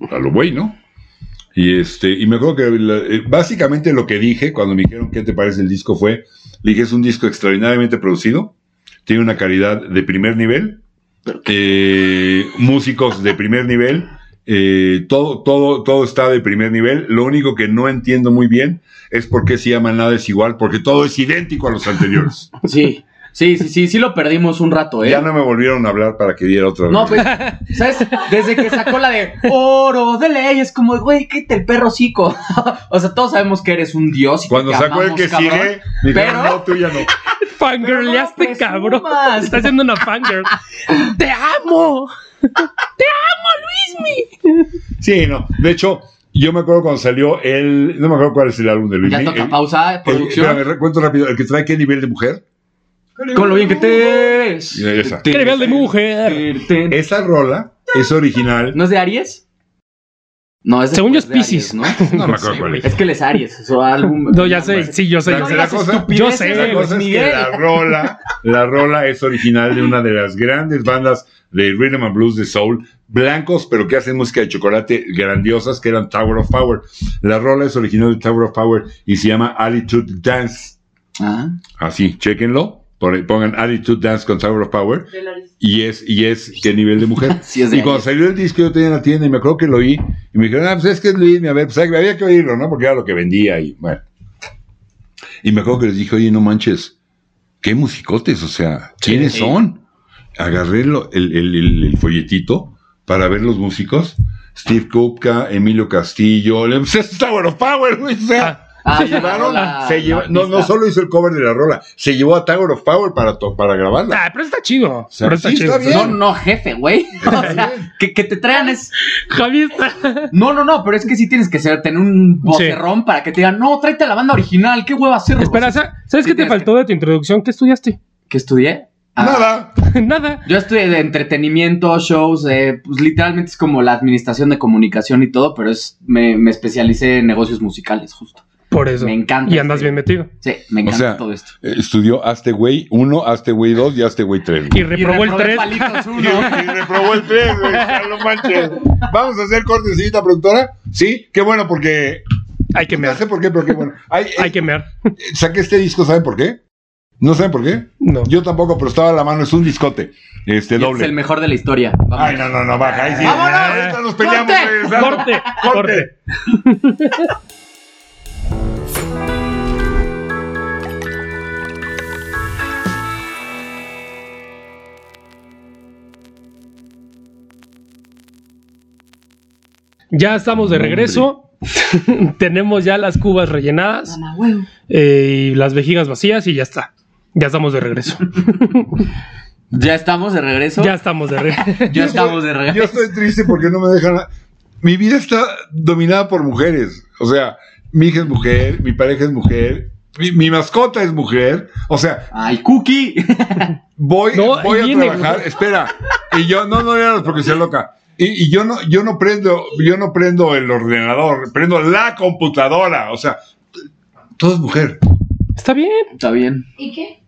Speaker 2: a lo güey, ¿no? Y este, y me acuerdo que la- eh, básicamente lo que dije cuando me dijeron qué te parece el disco fue, le dije, es un disco extraordinariamente producido, tiene una calidad de primer nivel, eh, músicos de primer nivel, eh, todo, todo, todo está de primer nivel. Lo único que no entiendo muy bien es por qué se llama nada es igual, porque todo es idéntico a los anteriores.
Speaker 1: Sí, sí, sí, sí, sí lo perdimos un rato, ¿eh?
Speaker 2: Ya no me volvieron a hablar para que diera otra
Speaker 1: No,
Speaker 2: vez.
Speaker 1: pues, ¿sabes? Desde que sacó la de oro de ley, es como, güey, quítate el perro cico. o sea, todos sabemos que eres un dios. Y
Speaker 2: Cuando
Speaker 1: que te
Speaker 2: sacó el
Speaker 1: amamos,
Speaker 2: que
Speaker 1: cabrón.
Speaker 2: sigue, dijeron,
Speaker 1: Pero-
Speaker 2: no, tú ya no.
Speaker 3: Fangirleaste,
Speaker 1: Pero no
Speaker 3: cabrón.
Speaker 1: presumas.
Speaker 3: Está haciendo una fangirl. ¡Te amo!
Speaker 2: Sí, no. De hecho, yo me acuerdo cuando salió el. No me acuerdo cuál es el álbum de Luis.
Speaker 1: Ya
Speaker 2: Miguel.
Speaker 1: toca pausa, eh,
Speaker 2: El- el-
Speaker 1: producción.
Speaker 2: Eh, espérame, cuento rápido. El que trae qué nivel de mujer.
Speaker 1: Con lo bien que te es.
Speaker 2: Mira, esa.
Speaker 3: ¡Qué nivel de mujer!
Speaker 1: Te- te-
Speaker 2: Esa rola es original.
Speaker 1: ¿No es de Aries? No, es de,
Speaker 3: Según yo es
Speaker 1: de Aries,
Speaker 3: Piscis.
Speaker 1: ¿no?
Speaker 2: No me
Speaker 3: sé,
Speaker 2: acuerdo cuál
Speaker 3: güey.
Speaker 2: es.
Speaker 1: Es que les Aries, su álbum.
Speaker 3: No, ya sé. Sí, yo sé.
Speaker 2: La-
Speaker 3: yo sé.
Speaker 2: la cosa-
Speaker 3: yo sé,
Speaker 2: La cosa es que la rola, la rola es original de una de las grandes bandas de rhythm and blues de soul, blancos, pero que hacen música de chocolate grandiosas, que eran Tower of Power. La rola es original de Tower of Power y se llama Attitude Dance.
Speaker 1: Ah,
Speaker 2: Así, chequenlo. por- Pongan Attitude Dance con Tower of Power
Speaker 4: De la lista.
Speaker 2: y es, y es qué nivel de mujer.
Speaker 1: sí, es de
Speaker 2: Y cuando
Speaker 1: Aries.
Speaker 2: salió el disco, yo tenía en la tienda y me acuerdo que lo oí. Y me dijeron, ah, pues es que es Luis, a ver, pues había que oírlo, ¿no? Porque era lo que vendía y bueno. Y me acuerdo que les dije, oye, no manches, qué musicotes, o sea, ¿quiénes
Speaker 1: Sí.
Speaker 2: son? Agarré lo- el, el- el- el folletito para ver los músicos. Steve Kupka, Emilio Castillo, le- pues, es Tower of Power, güey, o sea.
Speaker 3: Ah,
Speaker 1: Ah,
Speaker 2: Se
Speaker 1: ya
Speaker 2: llevaron,
Speaker 1: la-
Speaker 2: se
Speaker 1: la
Speaker 2: lleva- no, no
Speaker 1: artista.
Speaker 2: solo hizo el cover de la rola, se llevó a Tower of Power para, to- para grabarla.
Speaker 3: ah, pero está chido.
Speaker 2: sea,
Speaker 3: pero está
Speaker 2: sí,
Speaker 3: chido.
Speaker 2: está bien.
Speaker 1: No, no, jefe, güey. O sea, que, que te traigan es.
Speaker 3: Javi está.
Speaker 1: No, no, no, pero es que sí tienes que ser, tener un vocerrón para que te digan, no, tráete a la banda original, qué hueva hacer.
Speaker 3: Espera, ¿sabes sabes qué te
Speaker 1: tienes
Speaker 3: faltó de tu introducción? ¿Qué estudiaste?
Speaker 1: ¿Qué estudié? Ah,
Speaker 2: Nada.
Speaker 3: Nada.
Speaker 1: Yo estudié de entretenimiento, shows, eh, pues literalmente es como la administración de comunicación y todo, pero es me, me especialicé en negocios musicales, justo.
Speaker 3: Por eso.
Speaker 1: Me encanta.
Speaker 3: Y andas
Speaker 1: este-
Speaker 3: bien metido.
Speaker 1: Sí, me encanta
Speaker 2: O sea,
Speaker 1: todo esto.
Speaker 2: Eh, Estudió Hazte Güey 1, Hazte Güey 2 y Hazte Güey 3.
Speaker 3: Y reprobó el
Speaker 1: reprobé
Speaker 3: 3.
Speaker 1: palitos
Speaker 2: Y,
Speaker 1: uno.
Speaker 2: y reprobó el 3, güey. ya No manches. Vamos a hacer cortecita, productora. Sí, qué bueno, porque
Speaker 3: Hay que
Speaker 2: No
Speaker 3: mear.
Speaker 2: sé por qué, pero qué bueno. Ay, eh,
Speaker 3: Hay que mear.
Speaker 2: saqué este disco, ¿saben por qué? ¿No saben por qué?
Speaker 3: No.
Speaker 2: Yo tampoco, pero estaba a la mano, es un discote. Este
Speaker 1: Y Es
Speaker 2: doble.
Speaker 1: el mejor de la historia. Vamos.
Speaker 2: Ay, no, no, no, baja. Ahí sí.
Speaker 3: ¡Vámonos!
Speaker 2: Ahorita nos peleamos.
Speaker 1: ¡Corte!
Speaker 2: güey, o sea,
Speaker 3: Corte, corte. Ya estamos de
Speaker 2: Hombre.
Speaker 3: regreso. Tenemos ya las cubas rellenadas
Speaker 4: Mamá huevo.
Speaker 3: eh, y las vejigas vacías y ya está. Ya estamos de regreso.
Speaker 1: Ya estamos de regreso.
Speaker 3: Ya estamos de regreso.
Speaker 1: Ya estamos de
Speaker 2: Yo
Speaker 1: regreso.
Speaker 2: estoy triste porque no me dejan. Mi vida está dominada por mujeres. O sea, mi hija es mujer, mi pareja es mujer, mi, mi mascota es mujer. O sea,
Speaker 1: Ay, Cookie.
Speaker 2: voy,
Speaker 3: No,
Speaker 2: voy a
Speaker 3: viene,
Speaker 2: trabajar,
Speaker 3: güey.
Speaker 2: espera. Y yo, no, no le hagas porque sea loca. Y, y yo no, yo no prendo, yo no prendo el ordenador, prendo la computadora. O sea, todo es mujer.
Speaker 3: Está bien,
Speaker 1: Está bien.
Speaker 4: ¿Y qué?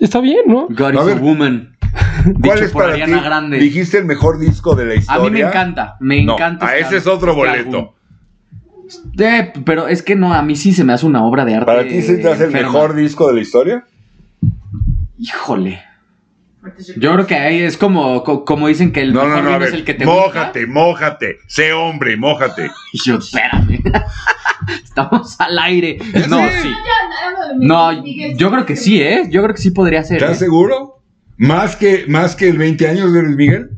Speaker 3: está bien, ¿no?
Speaker 1: God is
Speaker 2: A
Speaker 1: a,
Speaker 2: ver.
Speaker 1: woman.
Speaker 2: ¿Cuál
Speaker 1: Dicho
Speaker 2: es
Speaker 1: por
Speaker 2: para
Speaker 1: Ariana
Speaker 2: ti?
Speaker 1: Grande.
Speaker 2: Dijiste el mejor disco de la
Speaker 1: A
Speaker 2: historia.
Speaker 1: mí me encanta, me
Speaker 2: No,
Speaker 1: encanta.
Speaker 2: a ese
Speaker 1: este
Speaker 2: es
Speaker 1: álbum,
Speaker 2: otro
Speaker 1: este álbum.
Speaker 2: boleto.
Speaker 1: Eh, pero es que no, a mí sí se me hace una obra de arte.
Speaker 2: ¿Para ti se te hace el
Speaker 1: enferma.
Speaker 2: mejor disco de la historia?
Speaker 1: Híjole. Yo creo que ahí es como, co- como dicen que el
Speaker 2: No, no,
Speaker 1: mejor
Speaker 2: no,
Speaker 1: vino
Speaker 2: a ver,
Speaker 1: es el que te
Speaker 2: mójate,
Speaker 1: gusta.
Speaker 2: mójate, sé hombre, mójate.
Speaker 1: Y yo, espérame. Estamos al aire. No,
Speaker 2: sé.
Speaker 1: sí.
Speaker 4: No,
Speaker 1: No, yo creo
Speaker 4: "Este
Speaker 1: que sí, ¿eh? Yo creo que sí podría ser.
Speaker 2: ¿Estás
Speaker 1: ¿eh?
Speaker 2: seguro? ¿Más que, más que el 20 años de Luis Miguel?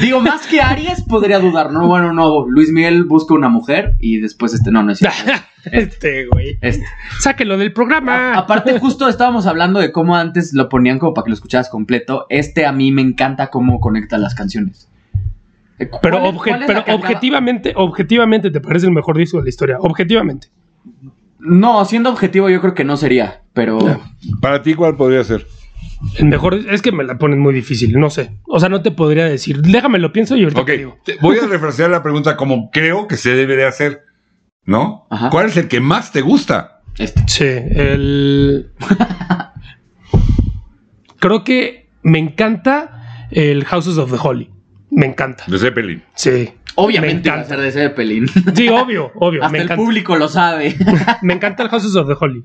Speaker 1: Digo, más que Aries podría dudar. No, bueno, no. Luis Miguel busca una mujer y después este. No, no es cierto.
Speaker 3: Este, güey.
Speaker 1: Este.
Speaker 3: Sáquelo del
Speaker 1: A-
Speaker 3: programa.
Speaker 1: Aparte, justo estábamos hablando de cómo antes lo ponían como para que lo escucharas completo. Este a mí me encanta cómo conecta las canciones. Eh, ¿cuál
Speaker 3: Pero,
Speaker 1: es-
Speaker 3: obje-
Speaker 1: cuál es
Speaker 3: pero
Speaker 1: la que acaba-
Speaker 3: objetivamente, objetivamente te parece el mejor disco de la historia. Objetivamente.
Speaker 1: No, siendo objetivo yo creo que no sería, pero...
Speaker 2: ¿Para ti cuál podría ser?
Speaker 3: El mejor es que me la ponen muy difícil, no sé. O sea, no te podría decir. Déjame lo pienso y ahorita
Speaker 2: Ok,
Speaker 3: te digo.
Speaker 2: te- voy a refrasear la pregunta como creo que se debe de hacer, ¿no?
Speaker 1: Ajá.
Speaker 2: ¿Cuál es el que más te gusta?
Speaker 1: Este.
Speaker 3: Sí, el Creo que me encanta el Houses of the Holy. Me encanta.
Speaker 2: De Zeppelin.
Speaker 3: Sí.
Speaker 1: Obviamente
Speaker 3: Me
Speaker 1: va a
Speaker 3: encanta.
Speaker 1: ser de Zeppelin.
Speaker 3: Sí, obvio, obvio.
Speaker 1: Hasta
Speaker 3: me
Speaker 1: el
Speaker 3: encanta.
Speaker 1: público lo sabe.
Speaker 3: Me encanta el Houses of the Holy.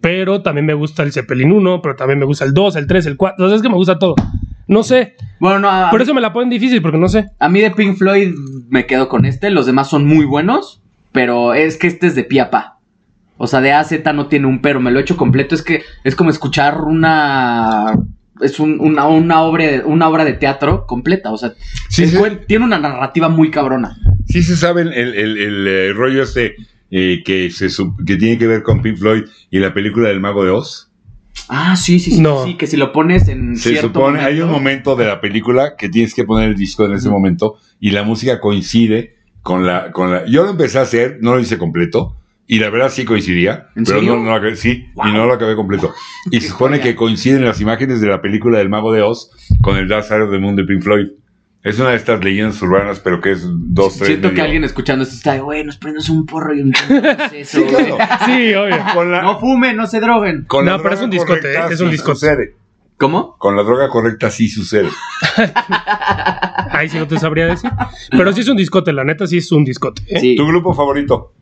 Speaker 3: Pero también me gusta el Zeppelin 1, pero también me gusta el 2, el 3, el 4. O sea, es que me gusta todo. No sé.
Speaker 1: Bueno, no, a,
Speaker 3: Por eso me la ponen difícil, porque no sé.
Speaker 1: a mí de Pink Floyd me quedo con este. Los demás son muy buenos, pero es que este es de pie a pa. O sea, de A a Z no tiene un pero. Me lo he hecho completo. Es que es como escuchar una... Es un- una, una obra, una obra de teatro completa. O sea,
Speaker 2: Sí,
Speaker 1: el
Speaker 2: sí,
Speaker 1: cuen- tiene una narrativa muy cabrona.
Speaker 2: sí se sabe el, el- el- el, eh, rollo este eh, que, se, sup- que tiene que ver con Pink Floyd y la película del Mago de Oz.
Speaker 1: Ah, sí, sí, sí.
Speaker 3: No.
Speaker 1: Sí, que si lo pones en
Speaker 2: Se
Speaker 1: cierto
Speaker 2: supone, hay un
Speaker 1: momento-
Speaker 2: momento de la película que tienes que poner el disco en ese
Speaker 1: Ujú.
Speaker 2: momento y la música coincide con la, con la. Yo lo empecé a hacer, no lo hice completo. Y la verdad sí coincidía,
Speaker 1: ¿En
Speaker 2: pero
Speaker 1: serio?
Speaker 2: no, no lo acabé, sí,
Speaker 1: Wow.
Speaker 2: y no lo acabé completo. Y se supone
Speaker 1: historia.
Speaker 2: que coinciden las imágenes de la película del Mago de Oz con el Dark Side of the Moon de Pink Floyd. Es una de estas leyendas urbanas, pero que es dos, tres.
Speaker 1: Siento que
Speaker 2: medio-
Speaker 1: alguien escuchando esto está de, güey, nos prendes un porro y un eso,
Speaker 2: Sí,
Speaker 1: güey".
Speaker 2: claro.
Speaker 3: Sí, obvio.
Speaker 2: Con la,
Speaker 1: No fumen, no se droguen.
Speaker 2: con la
Speaker 3: No, pero es
Speaker 2: droga
Speaker 3: un discote,
Speaker 2: correcta
Speaker 3: ¿eh? Es un
Speaker 2: sí
Speaker 3: discote.
Speaker 2: sucede.
Speaker 1: ¿Cómo?
Speaker 2: Con la droga correcta sí sucede.
Speaker 3: Ahí sí no te sabría decir. Pero sí es un discote, la neta sí es un discote. ¿eh?
Speaker 1: Sí,
Speaker 2: ¿Tu grupo favorito?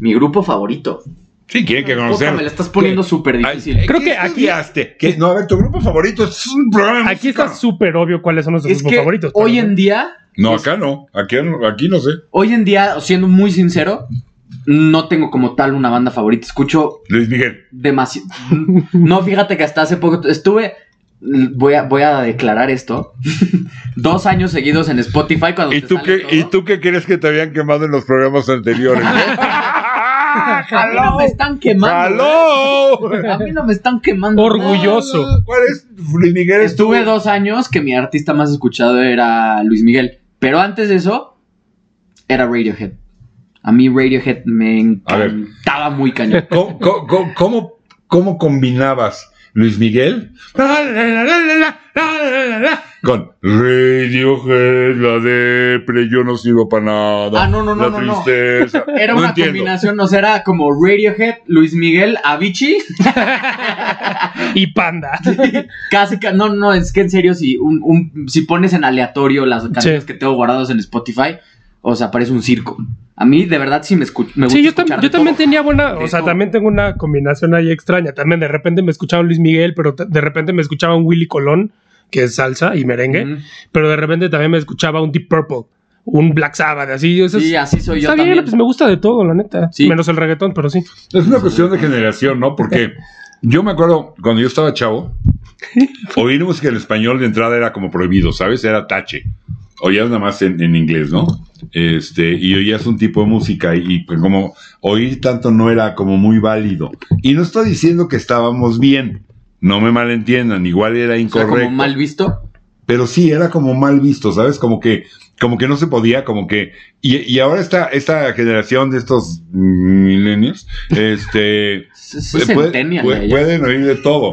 Speaker 1: mi grupo favorito.
Speaker 2: Sí, tiene que
Speaker 1: Puta,
Speaker 2: conocer.
Speaker 1: me la estás poniendo súper difícil.
Speaker 2: Ay,
Speaker 3: Creo
Speaker 2: ¿qué
Speaker 3: que aquí-
Speaker 2: estudiaste? ¿Qué? No, a ver, tu grupo favorito es un programa. de
Speaker 3: Aquí
Speaker 2: música.
Speaker 3: está súper obvio cuáles son nuestros
Speaker 1: es
Speaker 3: grupos
Speaker 1: que
Speaker 3: favoritos. pero
Speaker 1: hoy
Speaker 3: no.
Speaker 1: en día,
Speaker 2: No, acá no. Aquí, aquí no sé.
Speaker 1: hoy en día, siendo muy sincero, no tengo como tal una banda favorita. Escucho
Speaker 2: Luis Miguel.
Speaker 1: demasiado. No, fíjate que hasta hace poco estuve. Voy a, voy a declarar esto. Dos años seguidos en Spotify cuando
Speaker 2: ¿Y
Speaker 1: te
Speaker 2: tú,
Speaker 1: sale
Speaker 2: qué, ¿Y
Speaker 1: todo.
Speaker 2: tú qué crees que te habían quemado en los programas anteriores?
Speaker 1: A mí no me están quemando.
Speaker 2: ¡Aló!
Speaker 1: ¿eh? A mí no me están quemando. ¿eh?
Speaker 3: Orgullo. Orgulloso.
Speaker 2: No, no, ¿Cuál es? Luis Miguel es
Speaker 1: Estuve
Speaker 2: tu-
Speaker 1: dos años que mi artista más escuchado era Luis Miguel. Pero antes de eso, era Radiohead. A mí Radiohead me
Speaker 2: A ver.
Speaker 1: encantaba muy cañón.
Speaker 2: ¿Cómo, cómo- cómo- cómo- cómo combinabas Luis Miguel La, la, la, la, la, la, la, la, con Radiohead, la depre, yo no sirvo para nada?
Speaker 1: Ah, no, no, no,
Speaker 2: la
Speaker 1: no, no.
Speaker 2: tristeza.
Speaker 1: Era
Speaker 2: No
Speaker 1: una
Speaker 2: entiendo.
Speaker 1: combinación, o sea, era como Radiohead, Luis Miguel, Avicii.
Speaker 3: Y Panda.
Speaker 1: Casi, ca- no, no, es que en serio, si, un, un- si pones en aleatorio las canciones que tengo guardadas en Spotify, o sea, parece un circo. A mí, de verdad, sí me, escu- me gusta.
Speaker 3: Sí, yo, tam-
Speaker 1: escuchar
Speaker 3: yo
Speaker 1: de
Speaker 3: también
Speaker 1: todo.
Speaker 3: tenía buena, o
Speaker 1: De
Speaker 3: sea,
Speaker 1: todo.
Speaker 3: también tengo una combinación ahí extraña. También de repente me escuchaba un Luis Miguel, pero t- de repente me escuchaba un Willy Colón, que es salsa y merengue,
Speaker 1: Ujú.
Speaker 3: pero de repente también me escuchaba un Deep Purple, un Black Sabbath, así. Eso es-
Speaker 1: Sí, así soy yo
Speaker 3: está bien,
Speaker 1: también.
Speaker 3: pues me gusta de todo, la neta.
Speaker 1: Sí.
Speaker 3: Menos el reggaetón, pero sí.
Speaker 2: Es una cuestión de generación, ¿no? Porque yo me acuerdo cuando yo estaba chavo, oír música en español de entrada era como prohibido, ¿sabes? Era tache. Oías nada más en, en inglés, ¿no? Este, y oías un tipo de música y, y pues como oír tanto no era como muy válido. Y no estoy diciendo que estábamos bien, no me malentiendan, igual era
Speaker 1: O sea,
Speaker 2: incorrecto
Speaker 1: como mal visto.
Speaker 2: pero sí era como mal visto, ¿sabes? Como que, como que no se podía, como que. Y, y ahora esta, esta generación de estos millennials, este.
Speaker 1: Se, se
Speaker 2: puede-
Speaker 1: centenian,
Speaker 2: puede-
Speaker 1: güey.
Speaker 2: pueden oír de todo.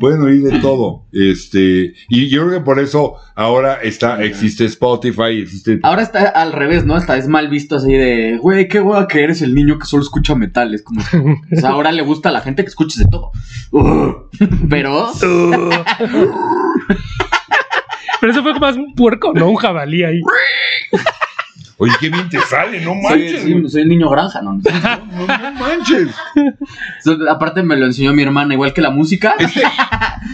Speaker 2: Pueden oír de todo. Este. Y yo creo que por eso ahora está, existe Spotify, existe.
Speaker 1: Ahora está al revés, ¿no? Hasta es mal visto así de, güey, qué hueva que eres el niño que solo escucha metal. Es como, o sea, ahora le gusta a la gente que escuches de todo. Pero,
Speaker 3: pero eso fue más un puerco, no un jabalí ahí.
Speaker 2: Oye, qué bien te sale, no
Speaker 1: soy,
Speaker 2: manches.
Speaker 1: soy- soy niño granja, ¿no?
Speaker 2: No, no manches.
Speaker 1: So, Aparte me lo enseñó mi hermana, igual que la música.
Speaker 2: Este,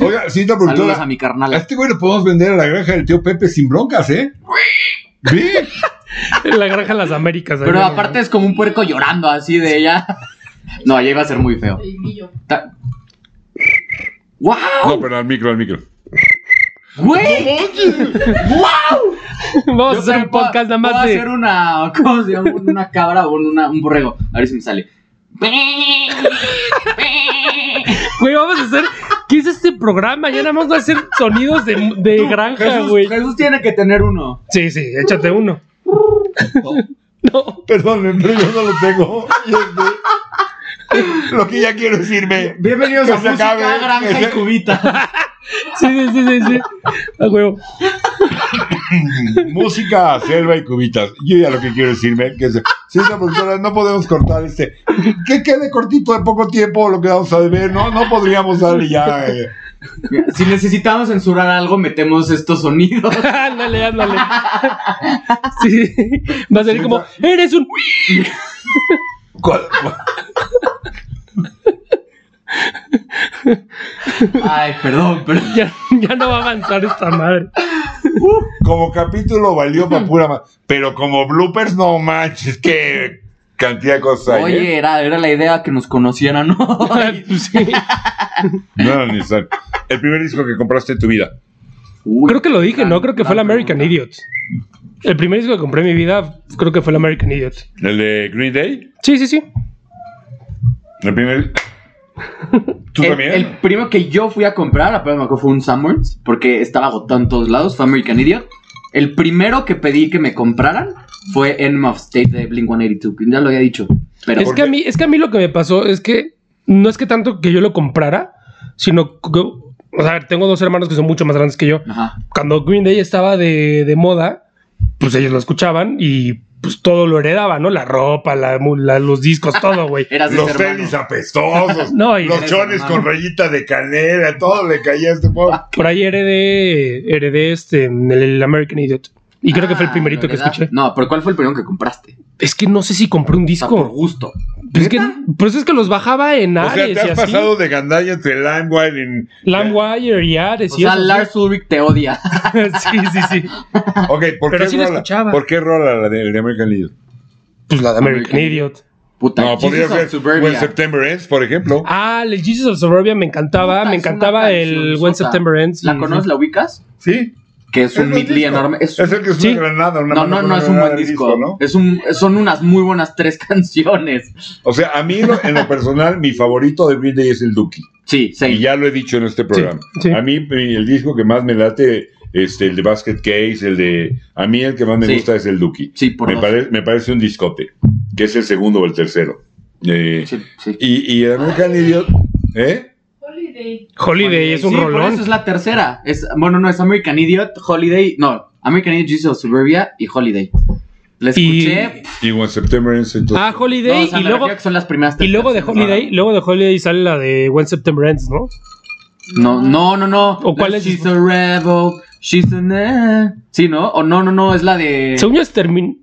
Speaker 2: oiga, cinta
Speaker 1: Saludos a
Speaker 2: productora.
Speaker 1: mi
Speaker 2: A
Speaker 1: carnal.
Speaker 2: este güey lo podemos vender a la granja del tío Pepe sin broncas, ¿eh? Sí.
Speaker 3: En la granja de las Américas. ahí,
Speaker 1: Pero
Speaker 3: ¿no?
Speaker 1: aparte es como un puerco llorando así de ella. No, ya iba a ser muy feo.
Speaker 4: El grillo.
Speaker 1: Ta- ¡Wow!
Speaker 2: No, pero al micro, al micro.
Speaker 1: ¡Güey!
Speaker 3: Vamos
Speaker 1: Yo
Speaker 3: a hacer
Speaker 1: creo
Speaker 3: un
Speaker 1: que puedo-
Speaker 3: podcast nada
Speaker 1: puedo
Speaker 3: más de.
Speaker 1: hacer una, ¿cómo se llama? Una cabra o una- un borrego. A ver si me sale.
Speaker 3: Güey, vamos a hacer. ¿Qué es este programa? Ya nada más va a hacer sonidos de, de
Speaker 2: Tú,
Speaker 3: granja,
Speaker 2: Jesús,
Speaker 3: güey.
Speaker 1: Jesús tiene que tener uno.
Speaker 3: Sí, sí, échate uno. No.
Speaker 2: Perdón, pero yo no lo tengo. Y este, Lo que ya quiero es irme.
Speaker 1: Bienvenidos
Speaker 2: Que
Speaker 1: a
Speaker 2: se
Speaker 1: Música
Speaker 2: acabe.
Speaker 1: Granja y Cubita.
Speaker 3: Sí, sí, sí, sí, sí. A huevo.
Speaker 2: Música, selva y cubitas. Yo ya lo que quiero es irme. Que se, si esta productora no podemos cortar este. Que quede cortito de poco tiempo lo que vamos a ver. No, no podríamos darle ya. eh.
Speaker 1: Si necesitamos censurar algo, metemos estos sonidos.
Speaker 3: Ándale, ándale. Sí, sí. Va a salir como, eres un.
Speaker 2: ¿Cuál- cuál?
Speaker 1: Ay, perdón, pero
Speaker 3: Ya, ya no va a avanzar esta madre.
Speaker 2: Como capítulo valió para pura ma- Pero como bloopers, no manches. Qué cantidad de cosas hay. eh.
Speaker 1: Oye, era, era la idea que nos conocieran, ¿no?
Speaker 3: Pues sí.
Speaker 2: No era necesario. El primer disco que compraste en tu vida.
Speaker 1: Uy,
Speaker 3: Creo que lo dije,
Speaker 1: gran-
Speaker 3: ¿no? Creo que fue el
Speaker 1: gran
Speaker 3: American
Speaker 1: pregunta.
Speaker 3: Idiot. El primer disco que compré en mi vida, creo que fue el American Idiot.
Speaker 2: ¿El de Green Day?
Speaker 3: Sí, sí, sí.
Speaker 2: ¿El primer? ¿Tú
Speaker 1: el,
Speaker 2: también?
Speaker 1: el primero que yo fui a comprar, apenas me acuerdo, fue un Sanborns, porque estaba agotado en todos lados, fue American Idiot. El primero que pedí que me compraran fue Enema of State de Blink 182, que ya lo había dicho. Pero
Speaker 3: Es que, a mí, es que a mí lo que me pasó es que no es que tanto que yo lo comprara, sino que, o sea, tengo dos hermanos que son mucho más grandes que yo.
Speaker 1: Ajá.
Speaker 3: Cuando Green Day estaba de, de moda, pues ellos lo escuchaban y pues todo lo heredaba, ¿no? La ropa, la mu- la- los discos, todo, güey.
Speaker 1: Eras de
Speaker 2: Los
Speaker 1: ese hermano.
Speaker 2: tenis apestosos,
Speaker 3: No, y
Speaker 2: los
Speaker 1: eres
Speaker 2: chones
Speaker 1: hermano.
Speaker 2: con rayita de canela, todo le caía a este pobre.
Speaker 3: por ahí heredé, heredé este, el, el American Idiot. Y creo que fue el
Speaker 1: Ah,
Speaker 3: primerito que
Speaker 1: ¿verdad?
Speaker 3: escuché.
Speaker 1: No, pero ¿cuál fue el primero que compraste?
Speaker 3: Es que no sé si compré un
Speaker 1: O sea, por
Speaker 3: disco.
Speaker 1: gusto.
Speaker 3: Pues es que, pues es que los bajaba en
Speaker 2: O sea,
Speaker 3: Ares
Speaker 2: te has
Speaker 3: y así.
Speaker 2: pasado de gandalla entre LimeWire en...
Speaker 3: LimeWire y Ares
Speaker 1: O
Speaker 3: y
Speaker 1: sea,
Speaker 3: eso.
Speaker 1: Lars Ulrich te odia.
Speaker 3: sí, sí, sí.
Speaker 2: Ok, ¿por
Speaker 3: Pero
Speaker 2: qué
Speaker 3: sí lo
Speaker 2: rola?
Speaker 3: escuchaba.
Speaker 2: ¿Por qué rola la de, de American Idol?
Speaker 3: Pues la de American
Speaker 1: American
Speaker 3: Idiot.
Speaker 1: Puta,
Speaker 2: No, podría
Speaker 1: Jesus of
Speaker 2: ser
Speaker 1: Suburbia.
Speaker 2: When September Ends, por ejemplo.
Speaker 3: Ah, el Jesus of Suburbia me encantaba.
Speaker 1: Puta,
Speaker 3: me
Speaker 1: es una
Speaker 3: encantaba el
Speaker 1: cancionzota.
Speaker 3: When September Ends.
Speaker 1: ¿La
Speaker 3: Sí,
Speaker 1: conoces?
Speaker 3: sí.
Speaker 1: ¿La ubicas?
Speaker 2: Sí,
Speaker 1: Que es
Speaker 2: Es
Speaker 1: un
Speaker 2: buen
Speaker 1: midley
Speaker 2: disco.
Speaker 1: enorme. Es-
Speaker 2: es el que es
Speaker 3: Sí.
Speaker 2: una granada, una
Speaker 1: no,
Speaker 2: mano
Speaker 1: no,
Speaker 2: con
Speaker 1: no
Speaker 2: una
Speaker 1: es un
Speaker 2: granada
Speaker 1: buen
Speaker 2: de
Speaker 1: disco.
Speaker 2: ¿no?
Speaker 1: es un, son unas muy buenas tres canciones.
Speaker 2: O sea, a mí lo- en lo personal, mi favorito de Green Day es el Duki.
Speaker 1: Sí,
Speaker 2: Y
Speaker 1: sí.
Speaker 2: ya lo he dicho en este programa.
Speaker 3: sí.
Speaker 2: A mí mi- el disco que más me late, este, el de Basket Case, el de... A mí el que más me
Speaker 1: Sí.
Speaker 2: gusta es el Duki.
Speaker 1: Sí, por
Speaker 2: Me,
Speaker 1: dos.
Speaker 2: pare- me parece un discote, que es el segundo o el tercero. Eh,
Speaker 1: Sí, sí.
Speaker 2: y, y el American Idiot, ¿eh?
Speaker 4: Holiday.
Speaker 3: Holiday es un
Speaker 1: Sí, Por
Speaker 3: rolón.
Speaker 1: eso es la tercera. Es, bueno, no, es American Idiot, Holiday. No, American Idiot, Jesus of Suburbia y Holiday. La
Speaker 3: Y-
Speaker 1: escuché.
Speaker 2: Y When September Ends, entonces-
Speaker 3: Ah,
Speaker 1: no,
Speaker 3: Holiday
Speaker 1: o sea,
Speaker 3: y
Speaker 1: me
Speaker 3: luego.
Speaker 1: refiero a que son las primeras
Speaker 3: Y
Speaker 1: tres
Speaker 3: luego de
Speaker 1: canciones.
Speaker 3: Holiday, luego de Holiday sale la de When September Ends, ¿no?
Speaker 1: No, no, no, no.
Speaker 3: ¿O cuál
Speaker 1: La
Speaker 3: es?
Speaker 1: She's a eh. rebel. She's a. na- Sí, ¿no? O no, no, no, es la de.
Speaker 3: Según yo es termin-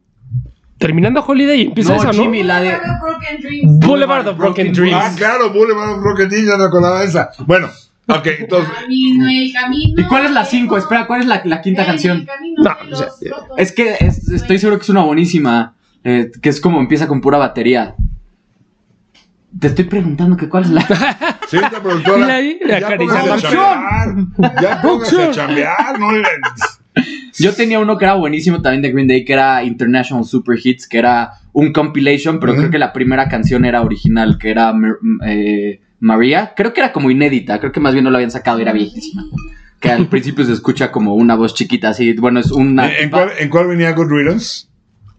Speaker 3: terminando Holiday y empieza
Speaker 1: No,
Speaker 3: esa, ¿no?
Speaker 1: Jimmy, la de-
Speaker 4: Broken Dreams.
Speaker 3: Boulevard of Broken
Speaker 2: Ah,
Speaker 3: Dreams.
Speaker 2: claro, Boulevard of Broken Dreams, ya me acordaba esa. Bueno, ok, entonces.
Speaker 4: Camino, el camino.
Speaker 1: ¿Y cuál es la
Speaker 4: de
Speaker 1: 5?
Speaker 4: los-
Speaker 1: Espera, ¿cuál es la, la quinta
Speaker 4: del
Speaker 1: canción?
Speaker 4: camino
Speaker 3: No,
Speaker 4: de
Speaker 3: o sea,
Speaker 4: los rotos.
Speaker 1: Es que es- estoy seguro que es una buenísima. eh, que es como empieza con pura batería. Te estoy preguntando que cuál es la.
Speaker 2: Señorita productora.
Speaker 3: Y ahí,
Speaker 2: ya
Speaker 3: acariciando.
Speaker 2: póngase a chambear. Ya póngase a chambear. No, le-
Speaker 1: Yo tenía uno que era buenísimo también de Green Day, que era International Super Hits, que era un compilation, pero
Speaker 2: Ujú.
Speaker 1: creo que la primera canción era original, que era Mar- eh, María. Creo que era como inédita, creo que más bien no la habían sacado, era viejísima. Que al principio se escucha como una voz chiquita, así, bueno, es una...
Speaker 2: Eh, ¿En,
Speaker 1: tipa-
Speaker 2: cuál, ¿En cuál venía Good Riddance?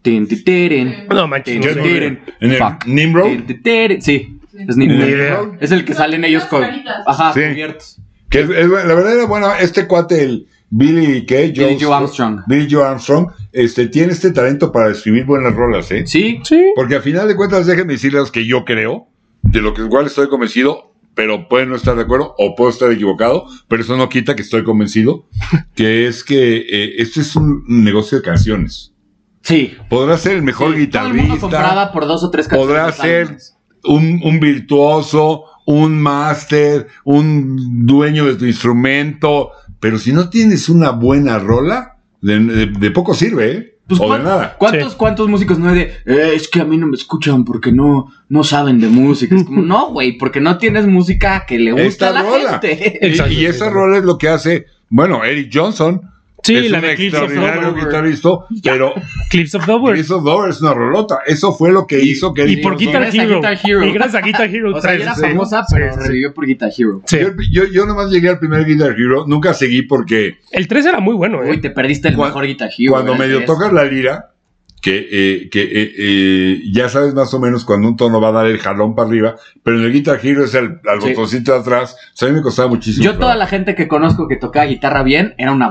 Speaker 1: Tin, ti, tirin,
Speaker 3: No manches.
Speaker 1: tin,
Speaker 3: no
Speaker 2: Yo
Speaker 1: ti,
Speaker 2: no
Speaker 3: sé.
Speaker 1: tirin,
Speaker 2: ¿En el
Speaker 1: fuck,
Speaker 2: Nimrod?
Speaker 1: tin, ti, tirin. Sí, es
Speaker 3: Ni
Speaker 1: Nimrod.
Speaker 3: idea.
Speaker 1: Es el que salen ellos con... Ajá,
Speaker 2: Sí.
Speaker 1: cubiertos.
Speaker 2: Que es- es- la verdad era bueno, este cuate, el Billy, ¿qué?
Speaker 1: Billy Joe Armstrong.
Speaker 2: Billy Joe Armstrong, este, tiene este talento para escribir buenas rolas, ¿eh?
Speaker 1: Sí,
Speaker 3: Sí.
Speaker 2: Porque al final de cuentas, déjenme decirles que yo creo, de lo que igual estoy convencido, pero pueden no estar de acuerdo o puedo estar equivocado, pero eso no quita que estoy convencido, que es que eh, este es un negocio de canciones.
Speaker 1: sí.
Speaker 2: Podrá ser el mejor
Speaker 1: Sí, Todo el mundo
Speaker 2: guitarrista,
Speaker 1: comprada por dos o tres
Speaker 2: podrá
Speaker 1: canciones
Speaker 2: ser
Speaker 1: álbumes.
Speaker 2: un, un virtuoso, un máster, un dueño de tu instrumento, pero si no tienes una buena rola, de, de- de poco sirve, ¿eh?
Speaker 1: Pues,
Speaker 2: o de
Speaker 1: ¿cuán-
Speaker 2: nada.
Speaker 1: ¿Cuántos, cuántos músicos no es de, "Eh, es que a mí no me escuchan porque no, no saben de música? Es como, no, güey, porque no tienes música que le gusta
Speaker 2: Esta
Speaker 1: a la
Speaker 2: rola.
Speaker 1: gente.
Speaker 3: Exacto,
Speaker 2: Y, y
Speaker 3: sí,
Speaker 2: esa
Speaker 3: también.
Speaker 2: rola es lo que hace, bueno, Eric Johnson,
Speaker 3: Sí,
Speaker 2: es
Speaker 3: la
Speaker 2: un
Speaker 3: de Clips of
Speaker 2: extraordinario
Speaker 3: Dover.
Speaker 2: guitarrista, pero
Speaker 3: Clips of Dover.
Speaker 2: Chris Dover es una rolota. Eso fue lo que
Speaker 1: Y-
Speaker 2: hizo que
Speaker 3: Y
Speaker 2: Eric
Speaker 3: por
Speaker 2: Johnson-
Speaker 3: Guitar
Speaker 1: Gracias a
Speaker 3: Hero.
Speaker 1: Guitar Hero.
Speaker 3: Y gracias a Guitar Hero
Speaker 1: O sea,
Speaker 3: 3.
Speaker 1: era
Speaker 3: sí.
Speaker 1: famosa,
Speaker 3: Sí,
Speaker 1: pero
Speaker 3: sí, sí.
Speaker 1: revivió por Guitar Hero.
Speaker 3: Sí.
Speaker 2: Yo, yo, yo nomás llegué al primer Guitar Hero, nunca seguí porque
Speaker 3: El 3 era muy bueno,
Speaker 1: Uy,
Speaker 3: ¿eh?
Speaker 1: te perdiste el
Speaker 2: Cuan-
Speaker 1: mejor Guitar Hero.
Speaker 2: cuando
Speaker 1: ¿eh?
Speaker 2: medio
Speaker 1: Es-
Speaker 2: tocas la lira, que, eh, que eh, eh, ya sabes más o menos cuando un tono va a dar el jalón para arriba, pero en el Guitar Hero es el, al
Speaker 1: Sí.
Speaker 2: botoncito de atrás, o sea, a mí me costaba muchísimo.
Speaker 1: Yo toda la gente que conozco que tocaba guitarra bien era una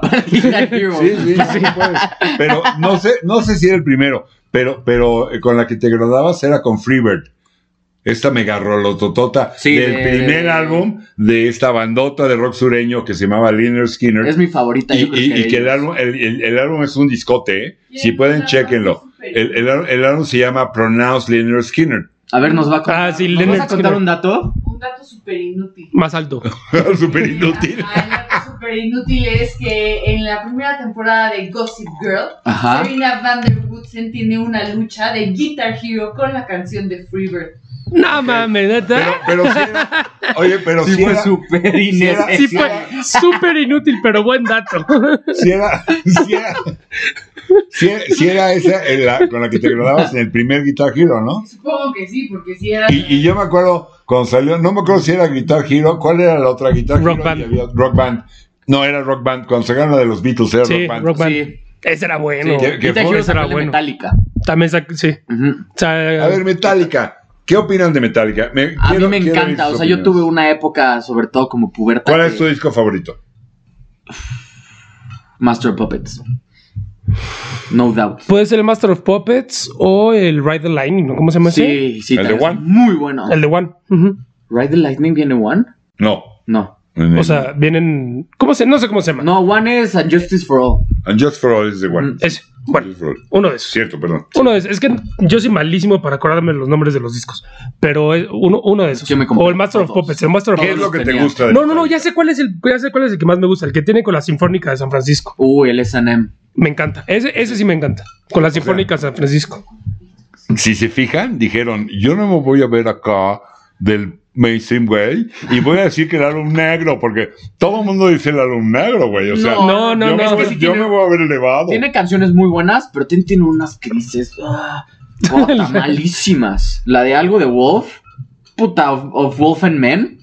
Speaker 1: para el Guitar Hero.
Speaker 2: Sí, sí, sí, puedes. Pero no sé, no sé si era el primero, pero, pero eh, con la que te agradabas era con Freebird. Esta mega rolototota
Speaker 1: Sí,
Speaker 2: del
Speaker 1: de-
Speaker 2: primer
Speaker 1: de-
Speaker 2: álbum de esta bandota de rock sureño que se llamaba Liner Skinner.
Speaker 1: Es mi favorita.
Speaker 2: y,
Speaker 1: yo creo
Speaker 2: y- y que el
Speaker 1: ellos.
Speaker 2: álbum, el, el- el álbum es un discote, ¿eh? Si pueden, chequenlo. El,
Speaker 4: El,
Speaker 2: el al- el álbum se llama Pronounce Liner Skinner.
Speaker 1: A ver, nos va a contar,
Speaker 3: Ah, sí,
Speaker 1: ¿nos vas
Speaker 3: Leonard
Speaker 1: a contar
Speaker 3: Skinner.
Speaker 1: un dato.
Speaker 4: Un dato súper inútil.
Speaker 3: Más alto.
Speaker 2: Súper inútil.
Speaker 4: Ajá, el dato súper inútil es que en la primera temporada de Gossip Girl,
Speaker 1: Ajá.
Speaker 4: Serena Van der Woodsen tiene una lucha de Guitar Hero con la canción de Freebird.
Speaker 3: No mames,
Speaker 2: Pero,
Speaker 3: neta.
Speaker 2: pero sí era- oye, pero
Speaker 1: Sí,
Speaker 2: sí
Speaker 1: fue
Speaker 2: era-
Speaker 1: súper
Speaker 2: era-
Speaker 1: innecesario.
Speaker 3: Sí, fue súper inútil, pero buen dato.
Speaker 2: si era, si era, si era, si era esa en la- con la que te grababas en el primer Guitar Hero, ¿no?
Speaker 4: Supongo que sí, porque si era.
Speaker 2: Y, y yo me acuerdo cuando salió, no me acuerdo si era Guitar Hero, ¿cuál era la otra Guitar
Speaker 3: Rock
Speaker 2: Hero?
Speaker 3: Band.
Speaker 2: Y había Rock Band. No, era Rock Band, cuando sacaron la de los Beatles era
Speaker 3: Sí,
Speaker 2: Rock Band.
Speaker 3: Rock Band.
Speaker 1: Sí.
Speaker 3: Ese era bueno.
Speaker 1: Sí,
Speaker 2: que-
Speaker 1: Guitar
Speaker 3: fue-
Speaker 1: Hero sacó
Speaker 3: será
Speaker 1: el de
Speaker 3: bueno.
Speaker 1: Metallica.
Speaker 3: También sac- sí.
Speaker 1: Ujú.
Speaker 3: O sea,
Speaker 2: A ver, Metallica, ¿qué opinan de Metallica? Me-
Speaker 1: A
Speaker 2: quiero-
Speaker 1: mí me
Speaker 2: quiero oír
Speaker 1: encanta, o
Speaker 2: sus
Speaker 1: sea, yo
Speaker 2: opiniones.
Speaker 1: tuve una época, sobre todo como puberta,
Speaker 2: ¿Cuál es
Speaker 1: que-
Speaker 2: tu disco favorito?
Speaker 1: Master of Puppets. No doubt.
Speaker 3: puede ser el Master of Puppets o el Ride the Lightning, ¿no? ¿cómo se llama ese?
Speaker 1: Sí, sí,
Speaker 2: ¿El de
Speaker 1: también es
Speaker 2: One?
Speaker 1: muy bueno.
Speaker 3: El de One. Ujú.
Speaker 1: ¿Ride the Lightning viene One?
Speaker 2: No.
Speaker 1: No.
Speaker 3: O sea, vienen. ¿Cómo se? No sé cómo se llama.
Speaker 1: No, One es A Justice for All.
Speaker 2: And Just for All es de One.
Speaker 1: Mm.
Speaker 3: Ese. Bueno,
Speaker 2: Just for All.
Speaker 3: uno de esos.
Speaker 2: Cierto, perdón.
Speaker 3: Uno de esos. Es que yo soy malísimo para acordarme los nombres de los discos. Pero es uno, uno de esos.
Speaker 1: Yo me compré
Speaker 3: o el Master of
Speaker 1: todos.
Speaker 3: Puppets. El Master of
Speaker 2: ¿Qué es
Speaker 1: Todos
Speaker 2: lo que te
Speaker 1: tenía.
Speaker 2: gusta de
Speaker 3: No, no, no,
Speaker 2: Metallica?
Speaker 3: ya sé cuál es el, ya sé cuál es el que más me gusta, el que tiene con la Sinfónica de San Francisco.
Speaker 1: Uh, el S&M.
Speaker 3: Me encanta. Ese, ese sí me encanta. Con la Sinfónica de San Francisco.
Speaker 2: si se fijan, dijeron, yo no me voy a ver acá del mainstream, güey, y voy a decir que el álbum negro, porque todo el mundo dice el álbum negro, güey, o sea,
Speaker 1: No,
Speaker 3: No, no,
Speaker 2: Ah. yo, me
Speaker 3: no.
Speaker 2: voy,
Speaker 1: sí
Speaker 2: yo
Speaker 1: tiene-
Speaker 2: me voy a ver elevado.
Speaker 1: Tiene canciones muy buenas, pero también tiene unas que dices... ah, puta, malísimas. La de algo de Wolf. Puta, of, of Wolf and Men.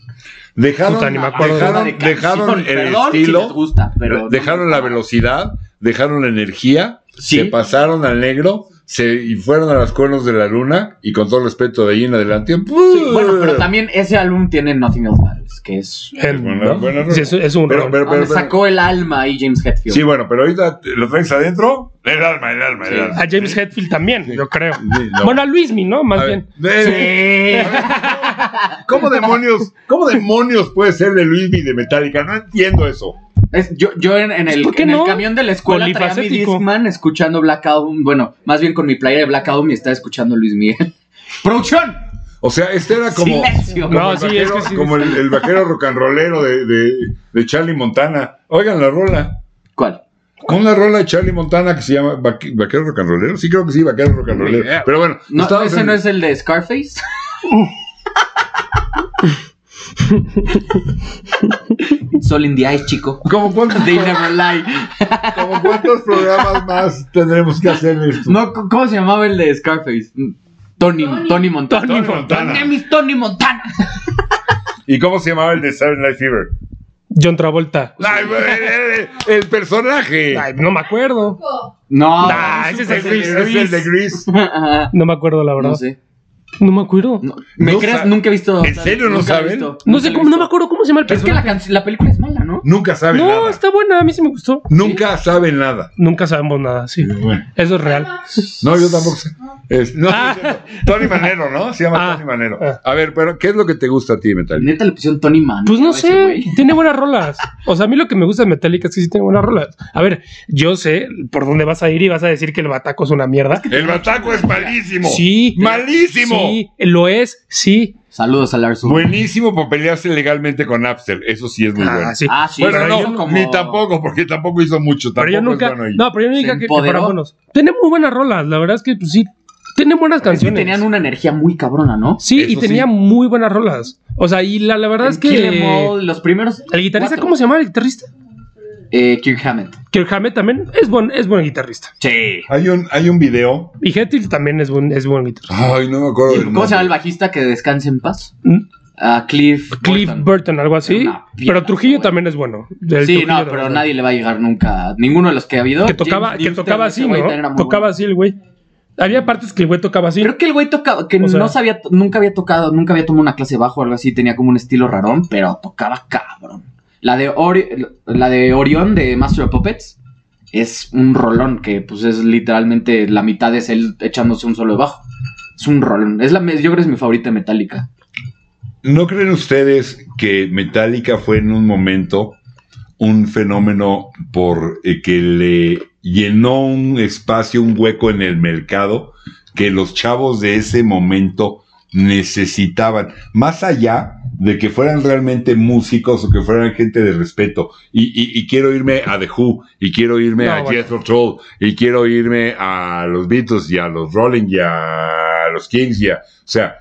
Speaker 2: Dejaron,
Speaker 3: Puta, ni me acuerdo.
Speaker 2: dejaron,
Speaker 1: Una de
Speaker 2: dejaron
Speaker 1: canción.
Speaker 2: el
Speaker 1: Perdón si
Speaker 2: estilo,
Speaker 1: les gusta, pero...
Speaker 2: dejaron la velocidad, dejaron la energía,
Speaker 1: Sí.
Speaker 2: se pasaron al negro, se y fueron a los cuernos de la luna, y con todo respeto de ahí en adelante.
Speaker 1: Sí, bueno, pero también ese álbum tiene Nothing Else Matters, que es...
Speaker 3: El-
Speaker 2: Bueno, bueno, no.
Speaker 3: sí, es, es un
Speaker 2: Pero-
Speaker 3: rolón.
Speaker 2: pero-
Speaker 1: Donde sacó el alma ahí James Hetfield.
Speaker 2: Sí, bueno, pero ahorita lo traes adentro, el alma, el alma, el
Speaker 1: Sí.
Speaker 2: alma.
Speaker 3: A James Hetfield también, yo creo.
Speaker 2: Sí, no.
Speaker 3: Bueno, a Luismi, ¿no? Más
Speaker 2: A ver,
Speaker 3: bien.
Speaker 2: eh, ¿Cómo demonios, cómo demonios puede ser de Luismi de Metallica? No entiendo eso.
Speaker 1: Es- yo yo en, en el,
Speaker 3: Pues, ¿Por qué
Speaker 1: en el
Speaker 3: no?
Speaker 1: camión de la escuela traía mi
Speaker 3: Polifacético.
Speaker 1: Discman escuchando Black Album. Bueno, más bien con mi playa de Black Album y estaba escuchando Luis Miguel. ¡Producción!
Speaker 2: O sea, este era como,
Speaker 1: ¡Silencio!
Speaker 2: como
Speaker 3: No,
Speaker 2: el
Speaker 3: sí,
Speaker 2: vaquero,
Speaker 3: es que sí.
Speaker 2: como el, el vaquero rock and rollero de, de, de Charlie Montana. Oigan la rola.
Speaker 1: ¿Cuál?
Speaker 2: Con la rola de Charlie Montana que se llama Vaqu- Vaquero Rock and Rollero. Sí, creo que sí, Vaquero Rock and Rollero. Pero bueno,
Speaker 1: No,
Speaker 2: estaba
Speaker 1: ¿Ese no es el de Scarface? Sol in the Ice, chico.
Speaker 2: ¿Como cuántos,
Speaker 1: They never lie.
Speaker 2: como cuántos programas más tendremos que hacer esto?
Speaker 1: No, c- ¿cómo se llamaba el de Scarface? Tony,
Speaker 4: Tony.
Speaker 1: Tony Montana.
Speaker 2: Tony
Speaker 1: My
Speaker 2: Montana.
Speaker 1: name is Tony Montana.
Speaker 2: ¿Y cómo se llamaba el de Saturday Night Fever?
Speaker 3: John Travolta.
Speaker 2: Ay, el, el- el personaje.
Speaker 3: Ay, no me acuerdo.
Speaker 1: No.
Speaker 3: Nah, ese es el
Speaker 2: Es
Speaker 3: de
Speaker 2: Gris, es el de
Speaker 3: Grease.
Speaker 2: Gris.
Speaker 1: Ajá.
Speaker 3: No me acuerdo, la verdad.
Speaker 1: no
Speaker 3: No,
Speaker 1: sé.
Speaker 3: me acuerdo.
Speaker 1: No,
Speaker 3: No,
Speaker 1: ¿Me
Speaker 2: No
Speaker 1: crees?
Speaker 2: sabe-
Speaker 1: Nunca he visto.
Speaker 2: ¿En serio no
Speaker 1: nunca lo he
Speaker 2: saben?
Speaker 1: visto, nunca
Speaker 3: sé
Speaker 1: lo he
Speaker 3: cómo, no me
Speaker 1: visto.
Speaker 3: acuerdo cómo se llama el
Speaker 1: Es que la,
Speaker 3: personaje.
Speaker 1: canc- la película es mala, ¿no?
Speaker 2: Nunca sabe
Speaker 3: No,
Speaker 2: nada.
Speaker 3: está buena, a mí sí me gustó.
Speaker 2: Nunca sabe nada.
Speaker 3: Nunca sabemos nada, sí.
Speaker 2: Bueno,
Speaker 3: Eso es real.
Speaker 2: No, yo tampoco sé. Es- no,
Speaker 3: Ah.
Speaker 2: no es cierto. Tony Manero, ¿no? Se llama
Speaker 3: Ah.
Speaker 2: Tony Manero.
Speaker 3: Ah.
Speaker 2: A ver, pero ¿qué es lo que te gusta a ti, Metallica?
Speaker 1: Neta le pusieron Tony Man.
Speaker 3: Pues no
Speaker 1: ese
Speaker 3: sé,
Speaker 1: güey.
Speaker 3: tiene buenas rolas. O sea, a mí lo que me gusta de Metallica es que sí tiene buenas rolas. A ver, yo sé por dónde vas a ir y vas a decir que el bataco es una mierda.
Speaker 2: El bataco es malísimo.
Speaker 3: Sí.
Speaker 2: Malísimo.
Speaker 3: Sí, lo es, sí.
Speaker 1: Saludos al Arzu.
Speaker 2: Buenísimo para pelearse legalmente con Napster. Eso sí es muy
Speaker 3: Ah,
Speaker 2: bueno.
Speaker 3: sí.
Speaker 1: Ah, sí.
Speaker 2: bueno,
Speaker 1: pero
Speaker 2: no,
Speaker 1: yo como-
Speaker 2: ni tampoco, porque tampoco hizo mucho. Tampoco
Speaker 3: pero yo nunca.
Speaker 2: es bueno ahí.
Speaker 3: no, pero yo
Speaker 1: Se
Speaker 3: nunca que, que
Speaker 1: empoderó.
Speaker 3: fueran buenos. Tiene muy buenas rolas, la verdad es que pues, sí. Tiene buenas
Speaker 1: Es que
Speaker 3: canciones.
Speaker 1: tenían una energía muy cabrona, ¿no?
Speaker 3: Sí, y
Speaker 2: Eso
Speaker 3: tenía
Speaker 2: sí.
Speaker 3: muy buenas rolas. O sea, y la, la verdad es
Speaker 1: En Kill Em
Speaker 3: que.
Speaker 1: All, los primeros.
Speaker 3: El guitarrista,
Speaker 1: cuatro.
Speaker 3: ¿cómo se llama el guitarrista?
Speaker 1: Eh, Kirk Hammett.
Speaker 3: Kirk Hammett también es buen, es buen guitarrista.
Speaker 1: Sí.
Speaker 2: Hay un, hay un video.
Speaker 3: Y Hetfield también es buen, es buen guitarrista.
Speaker 2: Ay, no me acuerdo. del
Speaker 1: ¿Cómo se llama el
Speaker 2: nombre.
Speaker 1: bajista que descanse en paz?
Speaker 3: Mm.
Speaker 1: Ah, Cliff.
Speaker 3: Cliff
Speaker 1: Burton.
Speaker 3: Burton, algo así.
Speaker 1: Una pierna,
Speaker 3: Pero Trujillo
Speaker 1: güey.
Speaker 3: también es bueno. El
Speaker 1: Sí,
Speaker 3: Trujillo
Speaker 1: no,
Speaker 3: de
Speaker 1: pero
Speaker 3: verdad.
Speaker 1: nadie le va a llegar nunca. Ninguno de los que ha habido.
Speaker 3: Que tocaba,
Speaker 1: James
Speaker 3: que
Speaker 1: Newsted,
Speaker 3: tocaba
Speaker 1: ese
Speaker 3: así,
Speaker 1: güey también era
Speaker 3: ¿no?
Speaker 1: muy
Speaker 3: Tocaba
Speaker 1: bueno.
Speaker 3: así el güey. Había partes que el güey tocaba así.
Speaker 1: Creo que el güey tocaba, que
Speaker 3: O sea-
Speaker 1: no sabía, nunca había tocado, nunca había tomado una clase de bajo o algo así, tenía como un estilo rarón, pero tocaba cabrón. La de, Ori- la de Orión de Master of Puppets es un rolón que pues es literalmente la mitad es él echándose un solo de bajo. Es un rolón. Es la, me- yo creo que es mi favorita de Metallica.
Speaker 2: ¿No creen ustedes que Metallica fue en un momento un fenómeno por eh, que le llenó un espacio, un hueco en el mercado que los chavos de ese momento necesitaban, más allá de que fueran realmente músicos o que fueran gente de respeto. Y, y- y quiero irme a The Who, y quiero irme
Speaker 3: No,
Speaker 2: a
Speaker 3: bueno.
Speaker 2: Jethro Tull, y quiero irme a los Beatles, y a los Rolling, y a los Kings, y a- o sea,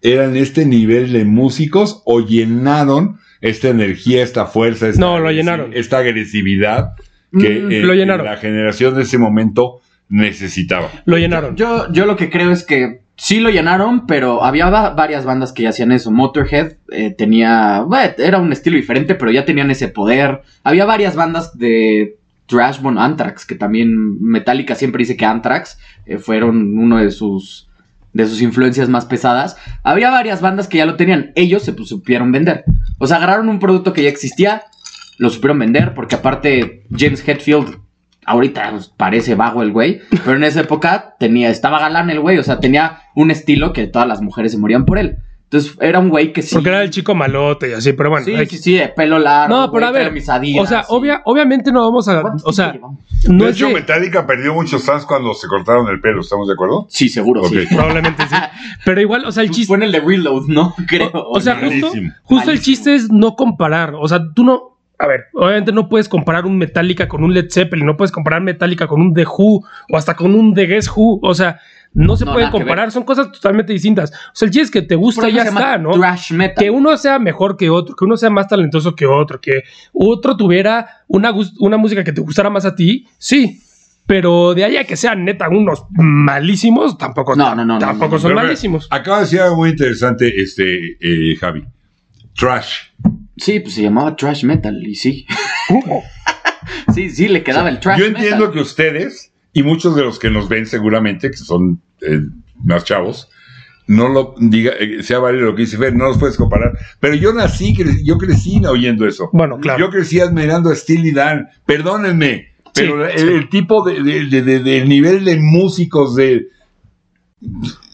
Speaker 2: eran este nivel de músicos o llenaron esta energía, esta fuerza, esta,
Speaker 3: No, lo
Speaker 2: agresi-
Speaker 3: llenaron.
Speaker 2: esta agresividad que
Speaker 1: Mm,
Speaker 2: eh,
Speaker 3: lo llenaron.
Speaker 2: la generación de ese momento necesitaba.
Speaker 3: Lo llenaron.
Speaker 1: Yo, yo lo que creo es que sí lo llenaron, pero había va- varias bandas que ya hacían eso. Motorhead eh, tenía. bueno, era un estilo diferente, pero ya tenían ese poder. Había varias bandas de Trash Bon Anthrax, que también Metallica siempre dice que Anthrax eh, fueron uno de sus. de sus influencias más pesadas. Había varias bandas que ya lo tenían. Ellos se pues, supieron vender. O sea, agarraron un producto que ya existía. Lo supieron vender, porque aparte, James Hetfield ahorita pues, parece vago el güey, pero en esa época tenía, estaba galán el güey, o sea, tenía un estilo que todas las mujeres se morían por él. Entonces era un güey que sí.
Speaker 3: Porque era el chico malote y así, pero bueno.
Speaker 1: sí,
Speaker 3: hay-
Speaker 1: sí, sí, de pelo largo.
Speaker 3: No, pero
Speaker 1: güey,
Speaker 3: a ver,
Speaker 1: trae mis Adidas,
Speaker 3: o sea,
Speaker 1: sí.
Speaker 3: obvia- obviamente no vamos a.
Speaker 1: ¿Cuántos
Speaker 3: O sea,
Speaker 1: tiempo llevamos?
Speaker 3: no
Speaker 2: de
Speaker 3: es
Speaker 2: hecho,
Speaker 3: de-
Speaker 2: Metallica perdió muchos fans cuando se cortaron el pelo, ¿estamos de acuerdo?
Speaker 1: Sí, seguro,
Speaker 2: Ok.
Speaker 1: sí.
Speaker 3: Probablemente sí. Pero igual, o sea, el
Speaker 1: Pues
Speaker 3: chiste.
Speaker 1: Fue en el de Reload, ¿no? Creo.
Speaker 3: O- o sea, justo-
Speaker 2: Malísimo.
Speaker 3: Justo el
Speaker 1: malísimo.
Speaker 3: chiste es no comparar. O sea, tú no. A ver, obviamente no puedes comparar un Metallica con un Led Zeppelin, no puedes comparar Metallica con un The Who o hasta con un The Guess Who. O sea, no se
Speaker 1: No,
Speaker 3: pueden
Speaker 1: nada que
Speaker 3: comparar, son cosas totalmente distintas. O sea, el chiste es que te
Speaker 1: Por
Speaker 3: gusta y
Speaker 1: eso
Speaker 3: ya
Speaker 1: se llama
Speaker 3: está, ¿no?
Speaker 1: Thrash metal.
Speaker 3: Que uno sea mejor que otro, que uno sea más talentoso que otro, que otro tuviera una, gus- una música que te gustara más a ti, sí. Pero de ahí a que sean neta unos malísimos, tampoco,
Speaker 1: No, no, no, no,
Speaker 3: tampoco
Speaker 1: no.
Speaker 3: son
Speaker 2: Pero a ver,
Speaker 3: malísimos.
Speaker 2: Acaba de decir algo muy interesante, este, eh, Javi. Trash.
Speaker 1: Sí, pues se llamaba Trash Metal, y sí. Sí, sí, le quedaba el Trash
Speaker 2: Yo
Speaker 1: Metal.
Speaker 2: entiendo que ustedes, y muchos de los que nos ven seguramente, que son eh, más chavos, no lo diga, eh, sea válido lo que dice Fer, no los puedes comparar. Pero yo nací, cre- yo crecí oyendo eso.
Speaker 3: Bueno, claro.
Speaker 2: Yo crecí admirando a Steely Dan, perdónenme, pero
Speaker 3: Sí,
Speaker 2: el, el tipo de, de- de- de- del nivel de músicos de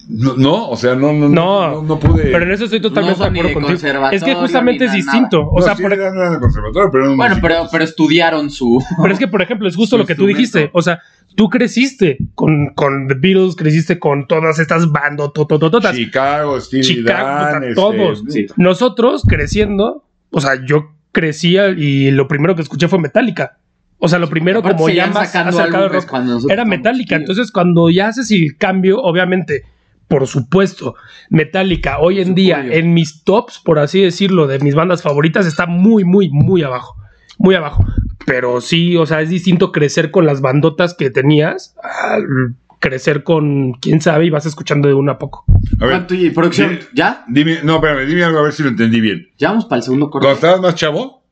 Speaker 2: No, no, o sea, no, no,
Speaker 3: No.
Speaker 2: no, no, no pude.
Speaker 3: Pero en eso estoy totalmente
Speaker 1: son
Speaker 3: de
Speaker 1: ni
Speaker 3: acuerdo
Speaker 1: de
Speaker 3: contigo. Es que
Speaker 1: conservatorio
Speaker 3: justamente
Speaker 1: ni
Speaker 3: es
Speaker 1: na-
Speaker 3: distinto. O
Speaker 2: No,
Speaker 3: sea,
Speaker 2: sí,
Speaker 3: por,
Speaker 2: eran en el conservatorio, pero eran
Speaker 1: Bueno, pero,
Speaker 2: músicos.
Speaker 1: pero estudiaron su.
Speaker 3: Pero es que, por ejemplo, es
Speaker 1: Su
Speaker 3: justo lo que tú
Speaker 1: instrumento.
Speaker 3: dijiste. O sea, tú creciste con, con The Beatles, creciste con todas estas bandas, tototototas.
Speaker 2: Chicago, Stevie
Speaker 3: Chicago,
Speaker 2: Dan,
Speaker 3: puta,
Speaker 2: este,
Speaker 3: todos.
Speaker 1: Sí.
Speaker 3: Nosotros creciendo, o sea, yo crecía y lo primero que escuché fue Metallica. O sea, lo primero
Speaker 1: Aparte,
Speaker 3: como ya
Speaker 1: seguían
Speaker 3: más
Speaker 1: sacando
Speaker 3: acercado al
Speaker 1: álbumes
Speaker 3: rock
Speaker 1: cuando nosotros
Speaker 3: era
Speaker 1: estábamos
Speaker 3: Metallica.
Speaker 1: chiquillos.
Speaker 3: Entonces, cuando ya haces el cambio, obviamente, por supuesto, Metallica hoy en
Speaker 1: Por
Speaker 3: día
Speaker 1: supuesto.
Speaker 3: en mis tops, por así decirlo, de mis bandas favoritas, está muy, muy, muy abajo. Muy abajo. Pero sí, o sea, es distinto crecer con las bandotas que tenías al crecer con quién sabe y vas escuchando de una a poco.
Speaker 2: A ver,
Speaker 1: ¿Cuánto- y producción?
Speaker 2: Sí.
Speaker 1: ¿Ya?
Speaker 2: dime, no, espérame, dime algo a ver si lo entendí bien.
Speaker 1: Ya vamos para el segundo corte.
Speaker 2: Cuando estabas más chavo,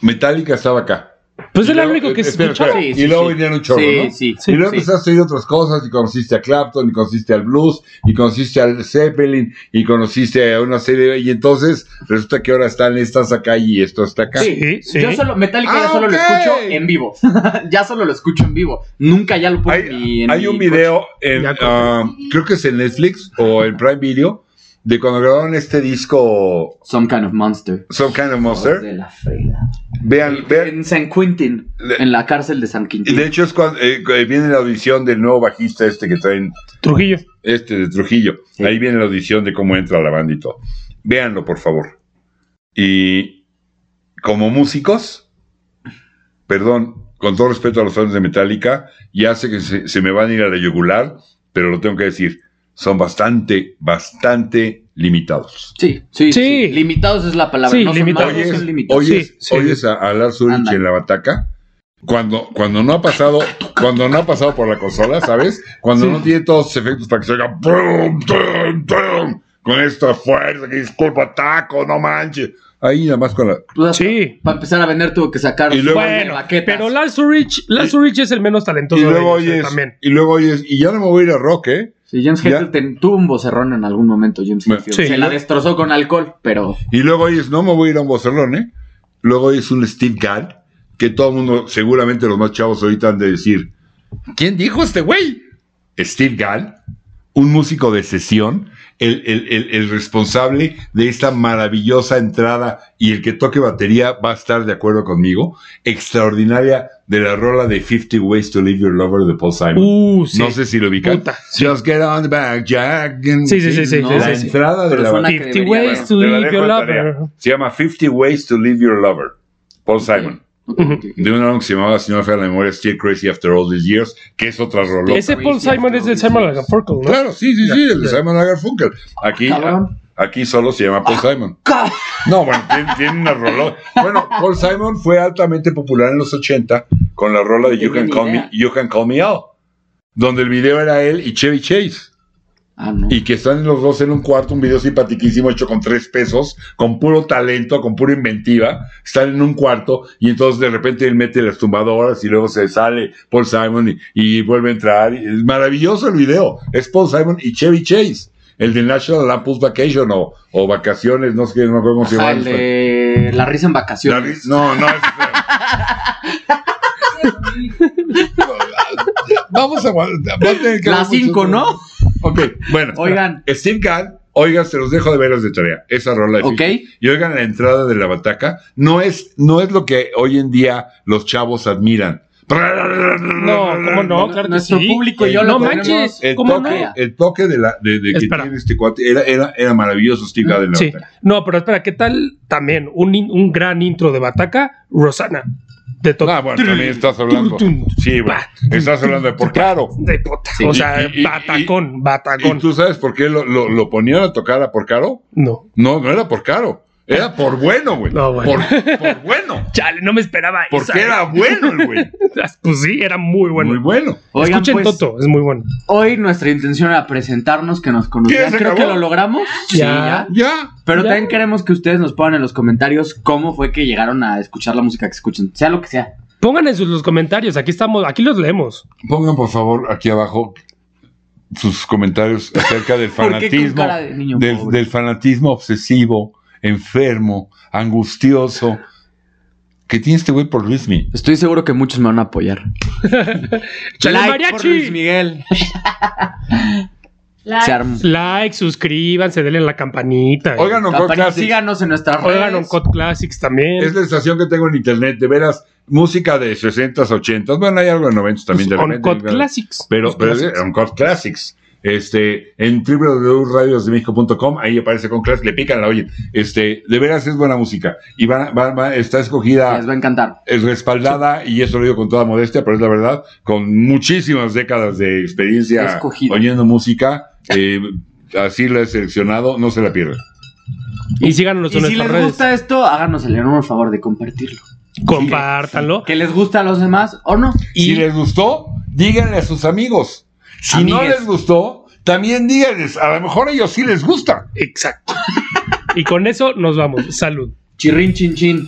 Speaker 2: Metallica estaba acá.
Speaker 3: Pues
Speaker 2: Y
Speaker 3: es lo
Speaker 2: luego-
Speaker 3: único que se
Speaker 2: espera,
Speaker 3: escucha.
Speaker 2: espera. Y luego vinieron un chorro,
Speaker 1: Sí,
Speaker 2: ¿no?
Speaker 1: sí.
Speaker 3: Sí,
Speaker 2: y luego
Speaker 1: sí.
Speaker 2: empezaste a oír otras cosas y conociste a Clapton y conociste al blues y conociste al Zeppelin y conociste a una serie y entonces resulta que ahora están estas acá y esto está acá.
Speaker 3: Sí, sí.
Speaker 1: Yo solo, Metallica
Speaker 2: Ah,
Speaker 1: ya solo
Speaker 2: ok.
Speaker 1: lo escucho en vivo. ya solo lo escucho en vivo. Nunca ya lo puse en mi-
Speaker 2: Hay,
Speaker 1: en
Speaker 2: hay
Speaker 1: mi
Speaker 2: un video, en,
Speaker 3: Ya corté.
Speaker 2: ah, creo que es en Netflix o en Prime Video, de cuando grabaron este disco
Speaker 1: coche. Some kind of monster.
Speaker 2: Some Kind of
Speaker 1: De
Speaker 2: Monster.
Speaker 1: la frega.
Speaker 2: Vean, vean.
Speaker 1: En San Quentin.
Speaker 2: Le-
Speaker 1: En la cárcel de San Quentin.
Speaker 2: De hecho, es cuando eh, eh, viene la audición del nuevo bajista este que traen
Speaker 3: Trujillo.
Speaker 2: este de Trujillo.
Speaker 1: Sí.
Speaker 2: Ahí viene la audición de cómo entra la banda y todo. Véanlo, por favor. Y como músicos, perdón, con todo respeto a los fans de Metallica, ya sé que se, se me van a ir a la yugular, pero lo tengo que decir, son bastante, bastante limitados.
Speaker 1: Sí, sí, sí,
Speaker 3: Sí.
Speaker 1: Limitados es la palabra.
Speaker 3: Sí,
Speaker 1: no son
Speaker 3: limitados.
Speaker 1: malos,
Speaker 2: Oyes,
Speaker 1: son limitados.
Speaker 2: oyes,
Speaker 3: Sí, sí.
Speaker 2: oyes a, a Lars Ulrich
Speaker 1: Ándale.
Speaker 2: en la bataca. Cuando, cuando no ha pasado, cuando no ha pasado por la consola, ¿sabes? Cuando
Speaker 3: Sí.
Speaker 2: no tiene todos los efectos para que se oiga ¡pum, tum, tum! con esta fuerza, que disculpa, taco, no manches. Ahí nada más con la.
Speaker 1: Pues hasta-
Speaker 3: Sí.
Speaker 1: Para empezar a vender tuvo que sacar
Speaker 2: Y luego-
Speaker 1: de
Speaker 3: Bueno,
Speaker 1: baquetas.
Speaker 3: pero Lars Ulrich, Lars Ulrich es el menos talentoso
Speaker 2: Y luego
Speaker 3: de ellos, eh,
Speaker 2: oyes.
Speaker 3: también.
Speaker 2: Y luego oyes. Y ya no me voy a ir a rock, ¿eh?
Speaker 1: Sí, James
Speaker 2: Ya.
Speaker 1: Hetfield ten- tuvo un vocerrón en algún momento, James
Speaker 2: Bueno,
Speaker 1: Hetfield.
Speaker 3: sí.
Speaker 1: Se la destrozó con alcohol, pero
Speaker 2: Y luego oyes, no me voy a ir a un vocerrón, ¿eh? Luego oyes un Steve Gadd, que todo el mundo, seguramente los más chavos ahorita han de decir, ¿quién dijo este güey? Steve Gadd, un músico de sesión, el, el- el- el responsable de esta maravillosa entrada y el que toque batería va a estar de acuerdo conmigo, extraordinaria de la rola de 50 Ways to Leave Your Lover de Paul Simon.
Speaker 3: Uh, sí.
Speaker 2: No sé si lo ubican.
Speaker 3: Puta,
Speaker 2: Just get on the back, Jack.
Speaker 3: Sí, sí, sí, sí,
Speaker 1: sí,
Speaker 2: La
Speaker 1: sí, sí.
Speaker 2: entrada de
Speaker 1: Pero
Speaker 2: la
Speaker 1: suena que debería
Speaker 3: 50 ways
Speaker 1: haber.
Speaker 3: to
Speaker 2: Te la
Speaker 3: leave
Speaker 2: dejo
Speaker 3: your
Speaker 2: de
Speaker 3: lover.
Speaker 2: tarea. Se llama 50 Ways to Leave Your Lover, Paul Simon.
Speaker 1: Ok, ok, ok.
Speaker 2: De un álbum que se llamaba, si no me falla la memoria, Still Crazy After All These Years, que es otra rolota.
Speaker 3: Ese Paul
Speaker 1: Crazy
Speaker 3: Simon
Speaker 1: After
Speaker 3: es de
Speaker 1: All
Speaker 3: Simon
Speaker 1: These Years.
Speaker 3: Lagarforco, ¿no?
Speaker 2: Claro, sí, sí,
Speaker 3: Ya,
Speaker 2: sí, el de
Speaker 3: ya.
Speaker 2: Simon Lagerfunkel. Aquí,
Speaker 1: Ah, Cabrón. Ah,
Speaker 2: aquí solo se llama Paul Simon.
Speaker 1: Ca-
Speaker 2: No, bueno, tiene, tiene una rolota. Bueno, Paul Simon fue altamente popular en los 80 con la rola de
Speaker 1: No
Speaker 2: You Can
Speaker 1: tenía ni
Speaker 2: Call Me,
Speaker 1: idea.
Speaker 2: You Can Call Me Out, donde el video era él y Chevy Chase.
Speaker 1: Ah, no.
Speaker 2: y que están los dos en un cuarto, un video simpatiquísimo hecho con tres pesos, con puro talento, con pura inventiva, están en un cuarto y entonces de repente él mete las tumbadoras y luego se sale Paul Simon y, y vuelve a entrar. Es maravilloso el video, es Paul Simon y Chevy Chase, el de National Lampoon's Vacation o, o Vacaciones, no sé, qué, no me acuerdo cómo se
Speaker 1: Ajá,
Speaker 2: llama.
Speaker 1: el de La risa en
Speaker 2: La
Speaker 1: vacaciones.
Speaker 2: ri- no, no, es- vamos a, aguantar, va a tener que
Speaker 1: La
Speaker 2: haber mucho
Speaker 1: 5, ¿no?
Speaker 2: Ok, bueno.
Speaker 1: Oigan.
Speaker 2: Steve Gadd, oigan, se los dejo de veros de tarea. Esa rola de
Speaker 1: Ok.
Speaker 2: Y oigan la entrada de la bataca. No es, no es lo que hoy en día los chavos admiran.
Speaker 3: No, ¿cómo no? Oh, Claro que
Speaker 1: Nuestro
Speaker 3: sí.
Speaker 1: público y yo
Speaker 2: Eh,
Speaker 1: lo
Speaker 3: no
Speaker 1: tenemos-
Speaker 3: manches.
Speaker 2: El
Speaker 3: ¿Cómo
Speaker 2: toque,
Speaker 1: no?
Speaker 2: el toque de la de, de que
Speaker 3: Espera.
Speaker 2: tiene este cuate era, era, era maravilloso Steve Gadd en la
Speaker 3: Sí.
Speaker 2: bataca.
Speaker 3: No, pero espera, ¿qué tal también un, in- un gran intro de Bataca? Rosana. De todo.
Speaker 2: Ah, bueno, también estás hablando. Sí, bueno, estás hablando de por claro.
Speaker 3: De puta.
Speaker 1: Sí.
Speaker 3: O sea,
Speaker 2: Y- y- y-
Speaker 3: batacón,
Speaker 2: ¿Y
Speaker 3: batacón.
Speaker 2: tú sabes por qué lo, lo, lo ponían a tocar a por caro?
Speaker 3: No.
Speaker 2: No, no era por caro. Era por bueno, güey.
Speaker 3: No, bueno.
Speaker 2: Por, por bueno.
Speaker 3: Chale, no me esperaba eso.
Speaker 2: Porque era bueno el güey.
Speaker 3: Pues sí, era muy bueno.
Speaker 2: Muy bueno.
Speaker 1: Oigan,
Speaker 3: Escuchen
Speaker 1: pues,
Speaker 3: Toto, es muy bueno.
Speaker 1: hoy nuestra intención era presentarnos, que nos
Speaker 2: ¿Ya
Speaker 1: conocieran.
Speaker 2: se
Speaker 1: Creo
Speaker 2: acabó?
Speaker 1: que lo logramos. Sí,
Speaker 3: Ah, Ya.
Speaker 1: ya.
Speaker 2: Ya.
Speaker 1: Pero
Speaker 3: Ya.
Speaker 1: también queremos que ustedes nos pongan en los comentarios cómo fue que llegaron a escuchar la música que escuchan, sea lo que sea.
Speaker 3: Pongan en sus los comentarios, aquí estamos, aquí los leemos.
Speaker 2: Pongan por favor aquí abajo sus comentarios acerca del
Speaker 1: ¿Por qué con
Speaker 2: fanatismo,
Speaker 1: cara de niño
Speaker 2: del,
Speaker 1: pobre?
Speaker 2: del fanatismo obsesivo, enfermo, angustioso que tiene este güey por Luismi.
Speaker 1: Estoy seguro que muchos me van a apoyar.
Speaker 3: ¡Chale,
Speaker 1: Like por Luis
Speaker 3: mariachi!
Speaker 1: Miguel. Se
Speaker 4: Like.
Speaker 1: armó.
Speaker 3: Like, suscríbanse, denle la campanita.
Speaker 2: Oigan, Oncot
Speaker 1: Campanita,
Speaker 2: Classics
Speaker 1: síganos en nuestras redes.
Speaker 3: Oigan, Oncot Classics también.
Speaker 2: Pues, es la estación que tengo en internet, de veras, música de 60s, 80s, bueno, hay algo de 90s también de repente.
Speaker 3: Pues, Oncot Classics.
Speaker 2: Pero,
Speaker 3: Los
Speaker 2: pero
Speaker 3: Classics.
Speaker 2: es Uncut Classics. Este, en www.radiosdemexico.com, ahí aparece con Classics, le pican la oyen. Este, de veras es buena música. Y va, va- va- está escogida,
Speaker 1: Les va a encantar.
Speaker 2: es respaldada, y eso lo digo con toda modestia, pero es la verdad, con muchísimas décadas de experiencia
Speaker 1: Escogida.
Speaker 2: oyendo música. eh, así lo he seleccionado, no se la pierdan.
Speaker 3: Y síganos
Speaker 1: Y si
Speaker 3: en nuestras
Speaker 1: les
Speaker 3: redes.
Speaker 1: gusta esto, háganos el enorme favor de compartirlo.
Speaker 3: Compártanlo.
Speaker 1: Que les gusta a los demás o no.
Speaker 3: Y-
Speaker 2: Si les gustó, díganle a sus amigos. Si no
Speaker 1: Amigues.
Speaker 2: les gustó, también díganles. A lo mejor a ellos sí les gusta.
Speaker 3: Exacto. y con eso nos vamos. Salud.
Speaker 1: Chirrin, chin, chin.